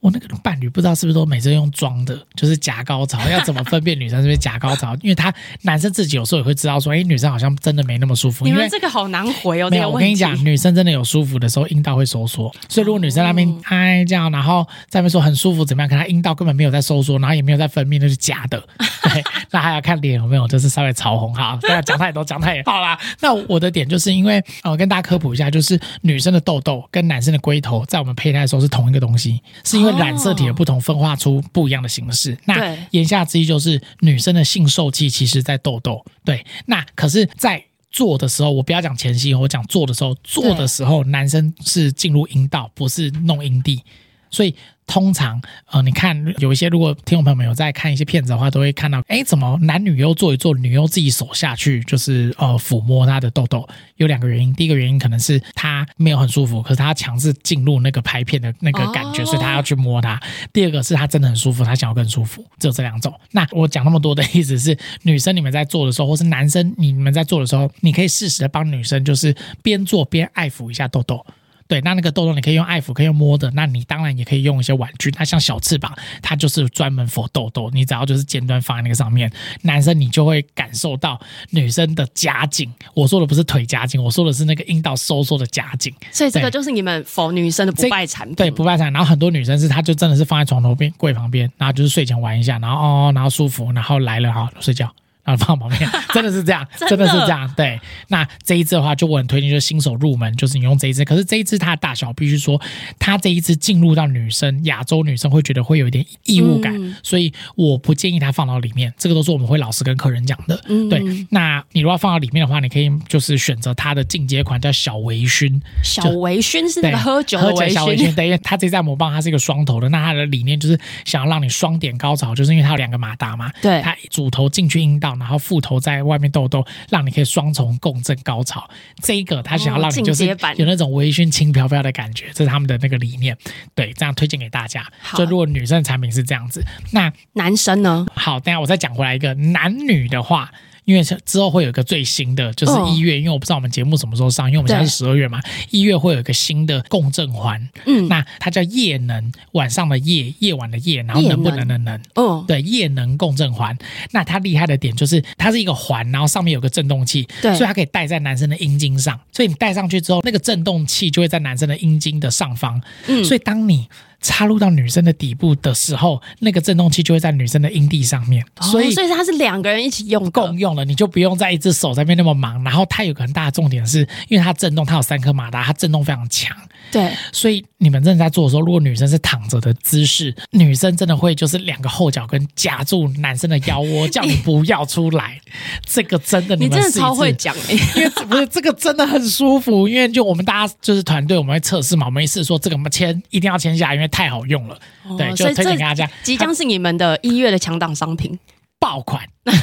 B: 我那个伴侣不知道是不是都每次用装的，就是假高潮，要怎么分辨女生是不是假高潮？因为他男生自己有时候也会知道说，哎、女生好像真的没那么舒服，
A: 你
B: 因为
A: 们这个好难回哦，
B: 没
A: 这个
B: 有，我
A: 问
B: 跟
A: 题哦
B: 你讲，女生真的有舒服的时候，阴道会收缩。所以如果女生在那边哎这样，然后在那边说很舒服怎么样，可她阴道根本没有在收缩，然后也没有在分泌，那是假 的。对，那还要看脸有没有，就是稍微潮红哈。对啊，讲太多，讲太多好啦。那我的点就是因为呃，跟大家科普一下，就是女生的痘痘跟男生的龟头在我们胚胎的时候是同一个东西，是因为染色体的不同分化出不一样的形式。那
A: 哦对
B: 言下之意就是女生的性受器其实在痘痘。对，那可是，在做的时候，我不要讲前戏，我讲做的时候，做的时候男生是进入阴道，不是弄阴蒂，所以。通常，呃，你看有一些，如果听众朋友们有在看一些片子的话，都会看到，哎，怎么男女优做一做，女优自己手下去就是呃抚摸她的痘痘，有两个原因，第一个原因可能是她没有很舒服，可是她强制进入那个拍片的那个感觉，
A: 哦
B: 所以她要去摸它。第二个是她真的很舒服，她想要更舒服，只有这两种。那我讲那么多的意思是，女生你们在做的时候，或是男生你们在做的时候，你可以适时的帮女生，就是边做边爱抚一下痘痘。对，那那个痘痘你可以用爱抚，可以用摸的，那你当然也可以用一些玩具。那像小翅膀，它就是专门佛痘痘，你只要就是尖端放在那个上面，男生你就会感受到女生的夹紧。我说的不是腿夹紧，我说的是那个阴道收缩的夹紧。
A: 所以这个
B: 对
A: 就是你们否女生的不
B: 这
A: 败产品，
B: 对，不败产。然后很多女生是，她就真的是放在床头边柜旁边，然后就是睡前玩一下，然后哦，哦然后舒服，然后来了好睡觉。然后放旁边，真的是这样，
A: 真
B: 真
A: 的
B: 的是这样。对，那这一支的话，就我很推荐，就是新手入门，就是你用这一支。可是这一支它的大小，必须说，它这一支进入到女生亚洲女生会觉得会有一点异物感，
A: 嗯
B: 所以我不建议它放到里面。这个都是我们会老实跟客人讲的。
A: 嗯
B: 对，那你如果要放到里面的话，你可以就是选择它的进阶款叫小微醺，
A: 小微醺是那
B: 对，
A: 个喝酒的
B: 喝
A: 微
B: 小微
A: 醺，
B: 对，因为它这支按摩棒它是一个双头的，那它的理念就是想要让你双点高潮，就是因为它有两个马达嘛，
A: 对
B: 它主头进去阴道，然后副头在外面痘痘，让你可以双重共振高潮。这一个它想要让你就
A: 哦进
B: 是
A: 阶版
B: 有那种微醺轻飘飘的感觉，这是他们的那个理念，对，这样推荐给大家。
A: 好
B: 所以如果女生的产品是这样子，那
A: 男生呢？
B: 好，等一下我再讲回来一个男女的话。因为之后会有一个最新的，就是
A: 嗯
B: 一月，因为我不知道我们节目什么时候上，因为我们现在是十二月嘛，一月会有一个新的共振环，
A: 嗯
B: 那它叫夜能，晚上的夜，夜晚的夜，然后
A: 夜
B: 能不
A: 能
B: 能的能，
A: 嗯，
B: 对，夜能共振环。那它厉害的点就是它是一个环，然后上面有个振动器，
A: 对
B: 所以它可以戴在男生的阴茎上。所以你戴上去之后，那个振动器就会在男生的阴茎的上方。
A: 嗯
B: 所以当你插入到女生的底部的时候，那个振动器就会在女生的阴蒂上面。所
A: 哦
B: 以
A: 所以它是两个人一起用的
B: 共用了，你就不用在一只手在那边那么忙。然后它有个很大的重点是，因为它震动，它有三颗马达，它震动非常强。
A: 对，
B: 所以你们正在做的时候，如果女生是躺着的姿势，女生真的会就是两个后脚跟夹住男生的腰窝，叫你不要出来。这个真的，
A: 你
B: 们
A: 真的
B: 试一
A: 超
B: 次
A: 会讲哎、
B: 因为这不是这个真的很舒服，因为就我们大家就是团队，我们会测试嘛，我们一次说这个我们签一定要签下来，因为太好用了，
A: 哦
B: 对，就
A: 所以
B: 推
A: 这
B: 荐给大家
A: 即将是你们的一月的强档商品。
B: 爆款。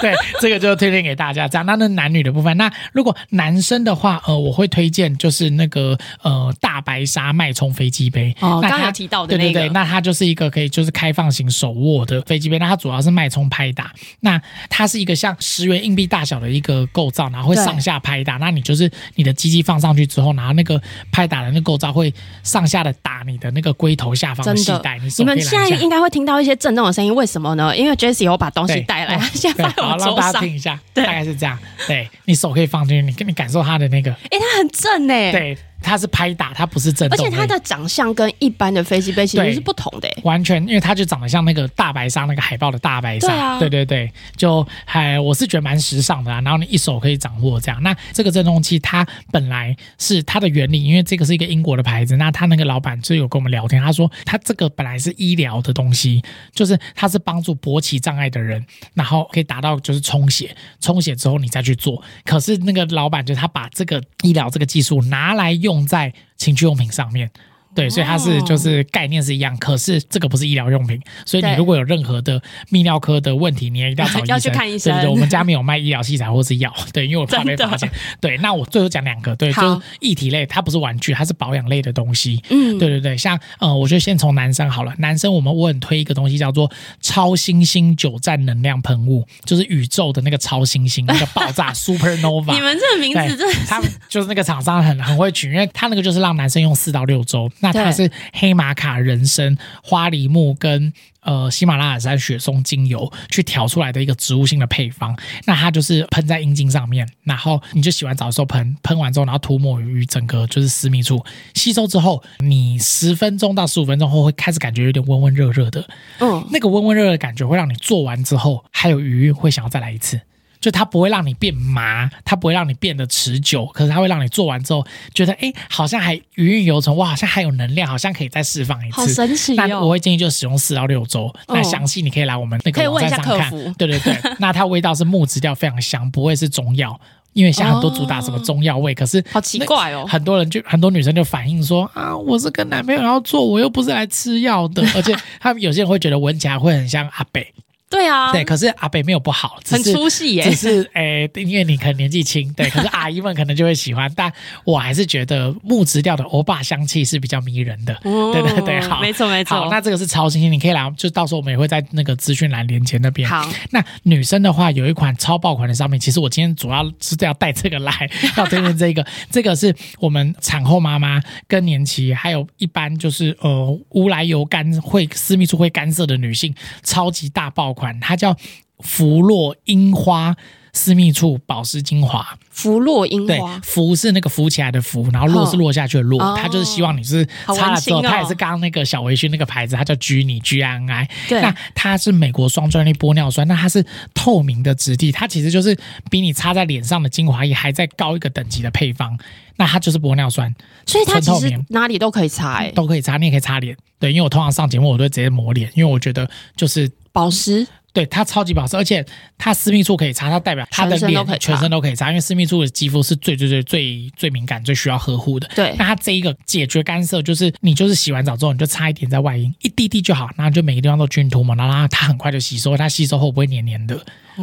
B: 对，这个就推荐给大家。这样，那那男女的部分，那如果男生的话，呃，我会推荐就是那个呃大白鲨脉冲飞机杯。
A: 哦
B: 那它
A: 刚刚有提到的
B: 对
A: 那
B: 对
A: 个
B: 对，那它就是一个可以就是开放型手握的飞机杯，那它主要是脉冲拍打，那它是一个像十元硬币大小的一个构造，然后会
A: 对
B: 上下拍打。那你就是你的机器放上去之后，然后那个拍打的那个构造会上下的打你的那个龟头下方
A: 真
B: 的系
A: 的
B: 带，你，手
A: 你
B: 可
A: 们
B: 以拦
A: 现在
B: 下
A: 应该会听到一些震动的声音，为什么呢？因为 Jesse 有把东西
B: 对
A: 带来，
B: 嗯
A: 他 现在
B: 对
A: 放在
B: 好
A: 我
B: 让
A: 桌
B: 大家
A: 上，
B: 听一下，大概是这样。对你手可以放进去，你跟你感受它的那个，
A: 哎，它很正哎，，
B: 对，它是拍打，它不是震
A: 而
B: 动。
A: 且它的长相跟一般的飞机杯其实
B: 对
A: 是不同的哎，
B: 完全，因为它就长得像那个大白鲨那个海报的大白鲨，
A: 对啊
B: 对对对就还我是觉得蛮时尚的啊。然后你一手可以掌握这样。那这个振动器它本来是它的原理，因为这个是一个英国的牌子，那他那个老板就有跟我们聊天，他说他这个本来是医疗的东西，就是它是帮助勃起障碍的人，然后可以达到就是充血，充血之后你再去做。可是那个老板就是他把这个医疗这个技术拿来用在情趣用品上面。对，所以它是
A: 哦
B: 就是概念是一样，可是这个不是医疗用品，所以你
A: 对
B: 如果有任何的泌尿科的问题，你也一定要找医生。
A: 要去看医生
B: 对对对，我们家没有卖医疗器材或是药，对，因为我怕被
A: 真的
B: 发现。对，那我最后讲两个，对，
A: 好
B: 就是一体类，它不是玩具，它是保养类的东西。
A: 嗯，
B: 对对对，像呃，我就先从男生好了。男生我们我很推一个东西叫做超新星久战能量喷雾，就是宇宙的那个超新星，那个爆炸 supernova。
A: 你们这个名字真的
B: 对，他就是那个厂商很很会取，因为他那个就是让男生用四到六周，那它是黑玛卡、人参、花梨木跟。呃，喜马拉雅山雪松精油去调出来的一个植物性的配方，那它就是喷在阴茎上面，然后你就洗完澡的时候喷，喷完之后，然后涂抹于整个就是私密处，吸收之后，你十分钟到十五分钟后会开始感觉有点温温热热的，
A: 嗯，
B: 那个温温热热的感觉会让你做完之后还有余韵，会想要再来一次。就它不会让你变麻，它不会让你变得持久，可是它会让你做完之后觉得，哎、好像还余韵犹存，哇，好像还有能量，好像可以再释放一次。
A: 好神奇
B: 那我
A: 哦。
B: 会建议就使用四到六周。那详细你可以来我们那
A: 可以
B: 个
A: 问
B: 网
A: 一
B: 站
A: 下
B: 上看。
A: 客服
B: 对对对，那它味道是木质调，非常香，不会是中药。因为现在很多主打什么中药味，可是
A: 好奇怪哦
B: 那很多人就很多女生就反映说啊，我是跟男朋友要做，我又不是来吃药的。而 且他们有些人会觉得闻起来会很像阿北，
A: 对啊，
B: 对，可是阿北没有不好，只
A: 很
B: 是
A: 出戏耶、
B: 只是诶、因为你可能年纪轻，对，可是阿姨们可能就会喜欢，但我还是觉得木质调的欧巴香气是比较迷人的。
A: 哦
B: 对对对，好，
A: 没错没错
B: 好，那这个是超新星，你可以来，就到时候我们也会在那个资讯栏连接那边。
A: 好，
B: 那女生的话有一款超爆款的商品，其实我今天主要是要带这个来，要推荐这个，这个是我们产后妈妈更年期，还有一般就是呃无来由干会私密处会干涉的女性超级大爆款，它叫芙洛樱花私密处保湿精华。
A: 福洛樱
B: 对
A: 花，，
B: 浮是那个浮起来的浮，然后落是落下去的落，
A: 哦
B: 它就是希望你是
A: 好
B: 擦了之后，
A: 温馨哦
B: 它也是刚刚那个小微醺那个牌子，它叫 G 你 G I N I，
A: 对
B: 那它是美国双专利玻尿酸，那它是透明的质地，它其实就是比你擦在脸上的精华液还在高一个等级的配方，那它就是玻尿酸，
A: 所以它其
B: 纯透
A: 实
B: 明
A: 哪里都可以擦、欸，
B: 都可以擦，你也可以擦脸，对，因为我通常上节目我都会直接抹脸，因为我觉得就是
A: 保湿
B: 对它超级保湿，而且它私密处可以擦，它代表它的
A: 全身都可以擦
B: 脸全身都可以擦，因为私密处的肌肤是最最最最最敏感、最需要呵护的。
A: 对
B: 那它这一个解决干涉，就是你就是洗完澡之后，你就擦一点在外阴，一滴滴就好，然后就每个地方都均涂抹，然后让它很快就吸收，它吸收后不会黏黏的，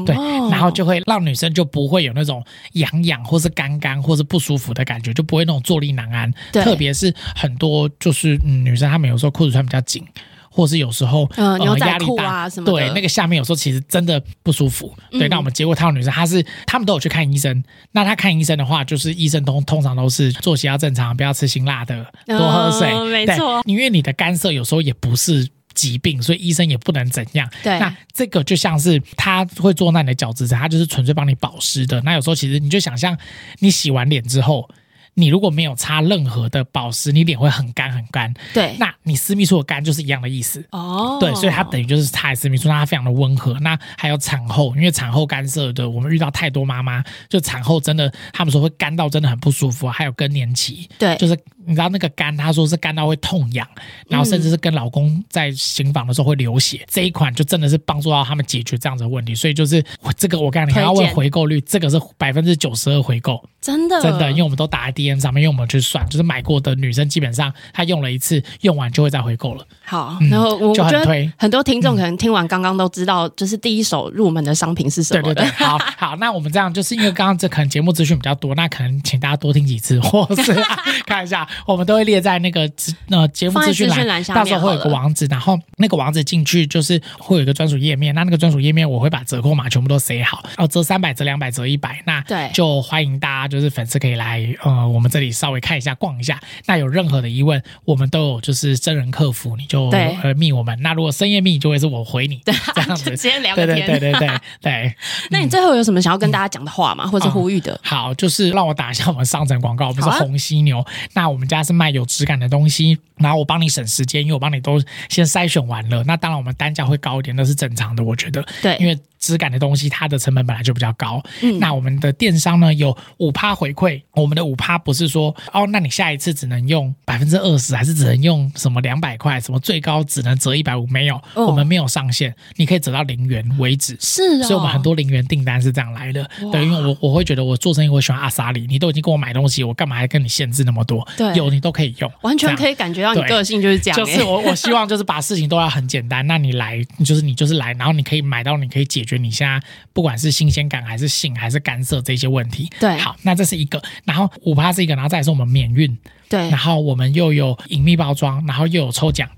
B: 对，
A: 哦
B: 然后就会让女生就不会有那种痒痒或是干干或是不舒服的感觉，就不会那种坐立难安。
A: 对
B: 特别是很多就是、嗯、女生她们有时候裤子穿比较紧。或是有时候，
A: 嗯
B: 呃，
A: 牛仔
B: 压力
A: 裤
B: 大
A: 啊什么的
B: 对，那个下面有时候其实真的不舒服。
A: 嗯
B: 对，那我们结果看到女生，她是她们都有去看医生。那她看医生的话，就是医生通通常都是作息要正常，不要吃辛辣的，多喝水。
A: 嗯没
B: 对
A: 错，
B: 因为你的干涉有时候也不是。疾病，所以医生也不能怎样。
A: 对
B: 那这个就像是他会做那你的角质层，他就是纯粹帮你保湿的。那有时候其实你就想象，你洗完脸之后，你如果没有擦任何的保湿，你脸会很干很干。
A: 对
B: 那你私密处的干就是一样的意思。
A: 哦，
B: 对，所以它等于就是擦在私密处，那它非常的温和。那还有产后，因为产后干涉的，我们遇到太多妈妈，就产后真的，他们说会干到真的很不舒服，还有更年期，
A: 对
B: 就是你知道那个干，他说是干到会痛痒，然后甚至是跟老公在行房的时候会流血。这一款就真的是帮助到他们解决这样子的问题，所以就是我这个我告诉你，
A: 推荐
B: 还要问回购率，这个是百分之九十二回购，
A: 真的
B: 真的，因为我们都打在 DM 上面，因为我们去算，就是买过的女生基本上她用了一次，用完就会再回购了。
A: 好
B: 嗯。
A: 然后我
B: 就
A: 觉
B: 很
A: 得
B: 推嗯
A: 很多听众可能听完刚刚都知道，就是第一手入门的商品是什
B: 对
A: 么
B: 对
A: 的
B: 对，。好好，那我们这样就是因为刚刚这可能节目资讯比较多，那可能请大家多听几次，或是 啊看一下，我们都会列在那个资呃节目
A: 放在
B: 资讯
A: 资
B: 栏
A: 讯栏下
B: 到
A: 面
B: 时候会有
A: 好
B: 个
A: 了
B: 网址，然后那个网址进去就是会有一个专属页面，那那个专属页面我会把折扣码全部都塞好，哦，折三百、折两百、折一百，那
A: 对
B: 就欢迎大家就是粉丝可以来呃我们这里稍微看一下逛一下，那有任何的疑问，我们都有就是真人客服，你就
A: 对
B: 呃密我们，那如果深夜密就会是我回你，这样
A: 就
B: 子
A: 直。接 聊
B: 对
A: 个
B: 对对嗯
A: 天。
B: 对对 对，
A: 那你最后有什么想要跟大家讲的话吗？或者是呼吁的？
B: 好，就是让我打一下我们上层广告，我们是
A: 好啊
B: 红犀牛，那我们家是卖有质感的东西，然后我帮你省时间，因为我帮你都先筛选完了。那当然我们单价会高一点，那是正常的，我觉得，
A: 对
B: 因为质感的东西它的成本本来就比较高。
A: 嗯
B: 那我们的电商呢有五趴回馈，我们的五趴不是说哦，那你下一次只能用百分之二十，还是只能用什么两百块，什么最高只能折一百五，没有，
A: 哦
B: 我们没有上限，你可以折到零元为止。
A: 是哦，
B: 所以我们很多零元订单是这样来的。
A: 哇
B: 对，因为我我会觉得我做生意我喜欢阿萨里，你都已经跟我买东西，我干嘛还跟你限制那么多？
A: 对
B: 有你都可以用，
A: 完全可
B: 以。
A: 以感觉到你
B: 对
A: 个性就是这样、欸，
B: 就是我，我希望就是把事情都要很简单。那你来，就是你就是来，然后你可以买到，你可以解决你现在不管是新鲜感还是性还是干涉这些问题。
A: 对
B: 好，那这是一个，然后五趴是一个，然后再来是我们免运，
A: 对
B: 然，后我们又有隐秘包装，然后又有抽奖。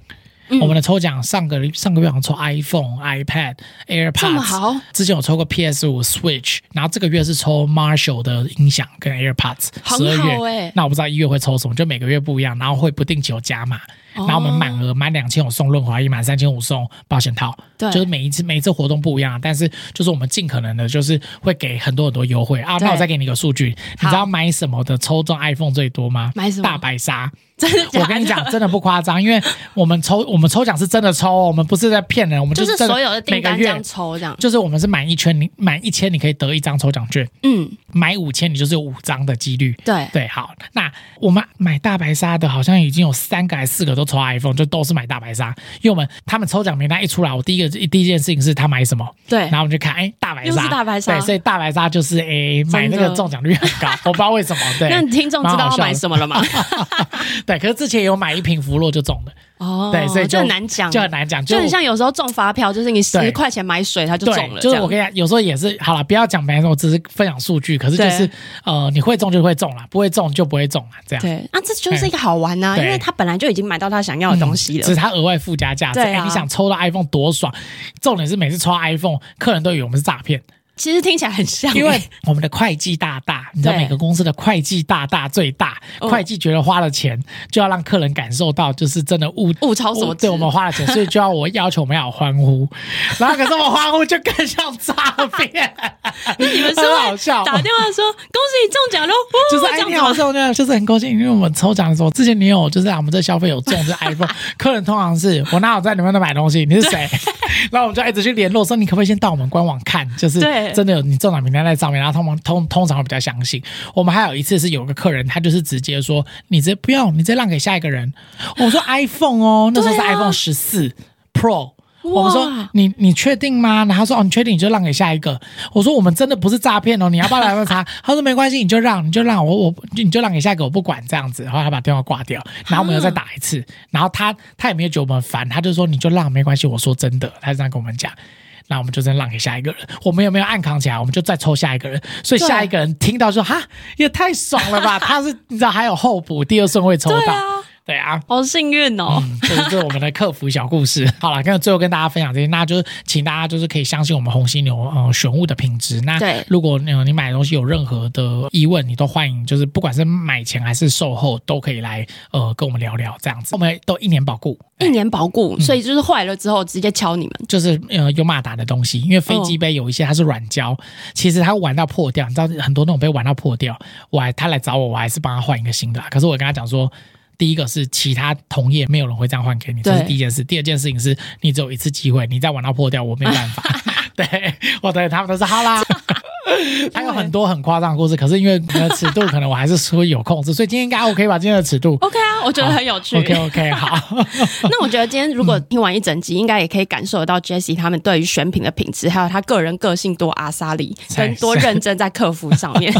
A: 嗯
B: 我们的抽奖上个上个月好像抽 iPhone、iPad、
A: 这么
B: AirPods，
A: 好，
B: 之前有抽过 PS 五、Switch，然后这个月是抽 Marshall 的音响跟 AirPods，十
A: 很好
B: 二月。
A: 哎、
B: 那我不知道一月会抽什么，就每个月不一样，然后会不定期有加码，
A: 哦
B: 然后我们满额满两千五送润滑液，满三千五送保险套，
A: 对
B: 就是每一次每一次活动不一样，但是就是我们尽可能的，就是会给很多很多优惠啊。
A: 对
B: 那我再给你一个数据，你知道买什么的抽中 iPhone 最多吗？
A: 买什么
B: 大白鲨。
A: 真的假的
B: 我跟你讲，真的不夸张，因为我们抽我们抽奖是真的抽哦，我们不是在骗人，我们
A: 就是
B: 真的
A: 所有的订
B: 每个
A: 单这
B: 月
A: 样抽这样，
B: 就是我们是满一圈，你满一千你可以得一张抽奖券，
A: 嗯，
B: 买五千你就是有五张的几率。
A: 对，
B: 对，好，那我们买大白鲨的，好像已经有三个还是四个都抽 iPhone，就都是买大白鲨，因为我们他们抽奖名单一出来，我第一个第一件事情是他买什么，
A: 对
B: 然，后我们就看，哎，大白
A: 又
B: 鲨，
A: 是大白鲨
B: 对，所以大白鲨就是哎买那
A: 真
B: 个
A: 的
B: 中奖率很高，我不知道为什么，对，
A: 那听众知道要买什么了吗？
B: 么？ 对，可是之前有买一瓶福洛就中了，
A: 哦，
B: 对，所以
A: 就很难讲，
B: 就很难讲，
A: 就
B: 我
A: 很像有时候中发票，就是你十
B: 对
A: 块钱买水，它就
B: 对，
A: 中了，
B: 就
A: 这
B: 是我
A: 样
B: 跟你讲，有时候也是好了，不要讲白种，我只是分享数据。可是就
A: 对
B: 是呃，你会中就会中啦，不会中就不会中啦，这样。
A: 对啊，这就是一个好玩呐、
B: 对
A: 因为他本来就已经买到他想要的东西
B: 嗯只
A: 了
B: 是，它额外附加价值。
A: 对啊
B: 哎你想抽到 iPhone 多爽？重点是每次抽到 iPhone，客人都以为我们是诈 骗，
A: 其实听起来很像、
B: 因为
A: 欸
B: 我们的会计大大，你知道
A: 对
B: 每个公司的会计大大最大，
A: 哦
B: 会计觉得花了钱就要让客人感受到，就是真的物
A: 物超所
B: 我
A: 值
B: 对我们花了钱，所以就要我要求我们要有欢呼，然后可是我们欢呼就更像诈骗，
A: 你们是
B: 很好
A: 会
B: 笑。
A: 打电话说恭喜你中奖喽，哦
B: 就是
A: 这
B: 哎，
A: 样
B: 你
A: 子
B: 好，
A: 吗
B: 这种 就是就是很高兴，因为我们抽奖的时候，之前你有就是啊我们这消费有中这 iPhone，客 人通常是我哪有在你们那买东西，你是 谁？然后我们就一直去联络，说你可不可以先到我们官网看，就是
A: 对
B: 真的有你中奖名单在上面，然后通常通通常会比较相信。我们还有一次是有个客人，他就是直接说你这不用，你这让给下一个人。我说 iPhone 哦，那时候是
A: 对啊
B: iPhone 十四 Pro。
A: 哇
B: 我们说你你确定吗？然后他说哦，你确定你就让给下一个。我说我们真的不是诈骗哦，你要不要来问 他？他说没关系，你就让你就让我我你就让给下一个，我不管这样子。然后他把电话挂掉，然后我们又再打一
A: 啊
B: 次，然后他他也没有觉得我们烦，他就说你就让没关系，我说真的，他就这样跟我们讲。那我们就真让给下一个人，我们有没有暗扛起来？我们就再抽下一个人，所以
A: 对啊
B: 下一个人听到说哈也太爽 了吧，他是你知道还有候补第二顺位抽
A: 对
B: 到，
A: 啊，
B: 对啊，
A: 好幸运哦，
B: 嗯，这就是我们的客服小故事。 好了，跟最后跟大家分享这些，那就是请大家就是可以相信我们红犀牛呃选物的品质。那
A: 对
B: 如果你、呃你买东西有任何的疑问，你都欢迎就是不管是买前还是售后都可以来呃跟我们聊聊这样子。我们都一年 保固，
A: 一年保
B: 嗯
A: 固，所以就是坏了之后直接敲你们。
B: 就是呃有马达的东西，因为飞机杯有一些它是软胶，其实它玩到破掉，你知道很多那种被玩到破掉，我还他来找我，我还是帮他换一个新的、啊。可是我跟他讲说。第一个是其他同业没有人会这样换给你，这是
A: 对
B: 第一件事。第二件事情是你只有一次机会，你再玩到破掉，我没办法。对，我对他们都是好啦。还有很多很夸张的故事，可是因为你的尺度，可能我还是说有控制，所以今天应该 OK 吧？今天的尺度
A: OK 啊，我觉得很有趣。
B: OK OK 好，
A: 那我觉得今天如果听完一整集，应该也可以感受得到 Jessie 他们对于选品的品质，还有他个人个性多阿莎里跟多认真在客服上 面。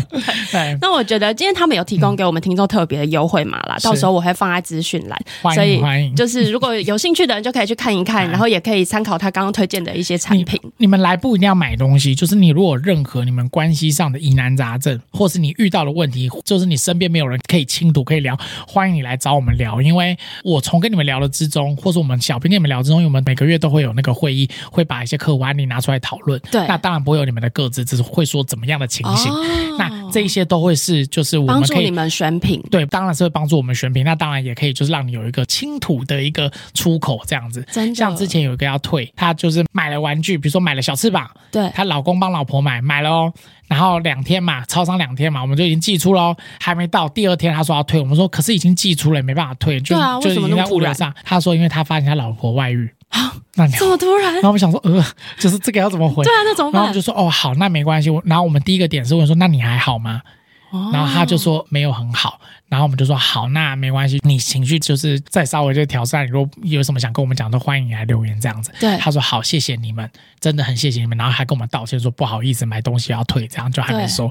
B: 对，
A: 那我觉得今天他们有提供给我们听众特别的优惠码啦，
B: 嗯是
A: 到时候我会放在资讯栏，所
B: 欢
A: 以
B: 迎欢迎。
A: 就是如果有兴趣的人就可以去看一 看，然后也可以参考他刚刚推荐的一些产品。
B: 你们来不一定要买东西，就是你如果有任何你们关系上的疑难杂症，或是你遇到的问题，就是你身边没有人可以倾吐可以聊，欢迎你来找我们聊。因为我从跟你们聊的之中，或是我们小编跟你们聊之中，因为我们每个月都会有那个会议，会把一些客户案例拿出来讨论。
A: 对哦
B: 那当然不会有你们的各自，只是会说怎么样的情形。那这一些都会是就是我
A: 帮
B: 们
A: 助
B: 可
A: 你
B: 以。
A: 们选品，
B: 对，当然是会帮助我们选品，那当然也可以，就是让你有一个倾吐的一个出口，这样子。
A: 真的。
B: 像之前有一个要退，她就是买了玩具，比如说买了小翅膀，
A: 对
B: 她老公帮老婆买，买了哦，然后两天嘛，超商两天嘛，我们就已经寄出喽，还没到，第二天她说要退，我们说可是已经寄出了，没办法退，就、
A: 对啊
B: 就
A: 为
B: 已
A: 什么
B: 经
A: 那
B: 在
A: 么
B: 物
A: 突
B: 流
A: 然
B: 上，她说因为她发现她老婆外遇， 那你。
A: 这么突然，
B: 然后我们想说，呃，就是这个要怎么回？
A: 对啊，那怎么
B: 然后我
A: 办
B: 们就？说，哦，好，那没关系。我然后我们第一个点是问说，那你还好吗？
A: 哦
B: 然后他就说没有很好，然后我们就说好，那没关系，你情绪就是再稍微就调整。你如果有什么想跟我们讲的，都欢迎你来留言这样子。
A: 对
B: 他说好，谢谢你们，真的很谢谢你们，然后还跟我们道歉说不好意思，买东西要退，这样就还没
A: 对
B: 收。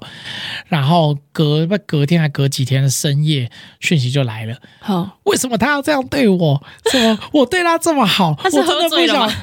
B: 然后隔不隔天还隔几天的深夜讯息就来了，
A: 好，
B: 为什么他要这样对我？怎么我对他这么好？
A: 他是
B: 我真的
A: 喝
B: 不
A: 醉了吗
B: 想，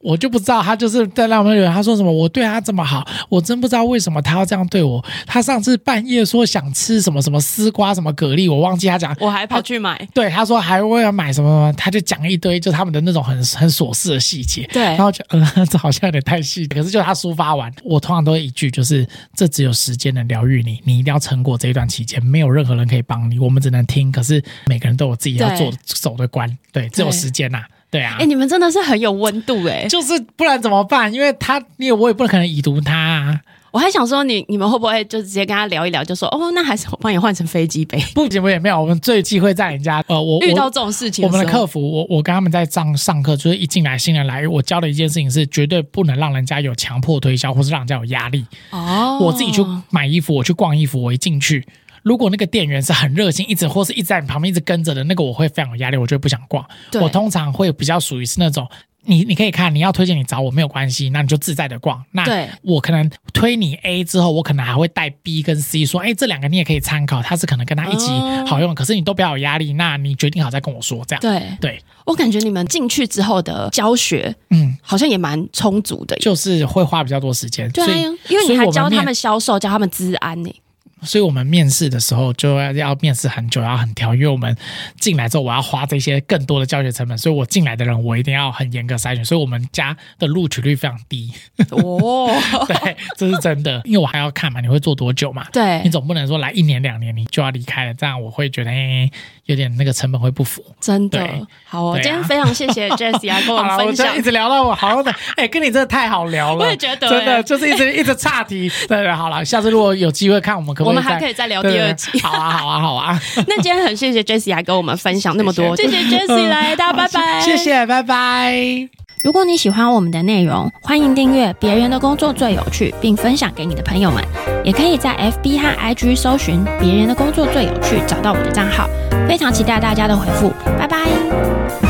B: 我就不知道，他就是在让我们以为他说什么，我对他这么好，我真不知道为什么他要这样对我。他上次半夜说想吃什么什么丝瓜什么蛤蜊，我忘记他讲。
A: 我还跑去买，
B: 对，他说还为了买什么什么，他就讲一堆，就他们的那种很很琐事的细节。
A: 对
B: 然后就嗯， 这好像有点太细。可是就他抒发完，我通常都会一句，就是这只有时间能疗愈你，你一定要撑过这一段期间，没有任何人可以帮你，我们只能听。可是每个人都有自己要做
A: 对
B: 走的关，对，只有
A: 对
B: 时间呐、对啊。
A: 哎、你们真的是很有温度哎、
B: 就是不然怎么办？因为他，因为我也不可能已读他、啊，
A: 我还想说你你们会不会就直接跟他聊一聊，就说哦，那还是我帮你换成飞机杯。
B: 不行不行，没有，我们最忌讳在人家呃，我
A: 遇到
B: 我
A: 这种事情
B: 我
A: 时候，
B: 们的客服，我我跟他们在上上课，就是一进来新人来，我教的一件事情是绝对不能让人家有强迫推销，或是让人家有压力。
A: 哦，
B: 我自己去买衣服，我去逛衣服，我一进去，如果那个店员是很热心，一直或是一直在你旁边一直跟着的，那个我会非常有压力，我就会不想逛。
A: 对
B: 我通常会比较属于是那种。你你可以看，你要推荐你找我没有关系，那你就自在的逛。那
A: 对
B: 我可能推你 A 之后，我可能还会带 B 跟 C 说，哎，这两个你也可以参考，它是可能跟它一起
A: 哦
B: 好用，可是你都不要有压力，那你决定好再跟我说，这样
A: 对
B: 对，
A: 我感觉你们进去之后的教学
B: 嗯，
A: 好像也蛮充足的耶。
B: 就是会花比较多时间，
A: 对
B: 所以
A: 啊，因为
B: 所
A: 你
B: 以
A: 还
B: 我
A: 教他
B: 面
A: 们销售，教他们治安 呢、
B: 所以我们面试的时候就要要面试很久，要很挑，因为我们进来之后我要花这些更多的教学成本，所以我进来的人我一定要很严格筛选，所以我们家的录取率非常 低，
A: 哦，
B: 对，这是真的，因为我还要看嘛，你会做多久嘛？你
A: 对，
B: 总不能说来一年两年你就要离开了，这样我会觉得、欸、有点那个成本会不符。
A: 真的
B: 对
A: 好哦、
B: 对啊
A: 今天非常谢谢 Jessie 啊，跟我
B: 好
A: 们
B: 了，我
A: 分
B: 就
A: 享
B: 一。直聊到我好像的，哎、跟你真的太好聊了，
A: 我也觉得
B: 真的
A: 哎
B: 就是一直一直岔题。对对，好了，下次如果有机会看，我们可不
A: 我
B: 可以
A: 们还
B: 再
A: 可以再聊第
B: 对对
A: 二
B: 对
A: 集。
B: 好啊，好啊，好啊。
A: 那今天很谢谢 Jessie 啊，跟我们分享那么多，谢谢 Jessie 来，大家拜拜，
B: 谢谢，拜拜。
C: 如果你喜欢我们的内容，欢迎订阅《别人的工作最有趣》，并分享给你的朋友们。也可以在 FB 和 IG 搜寻“别人的工作最有趣”，找到我的账号。非常期待大家的回复，拜拜。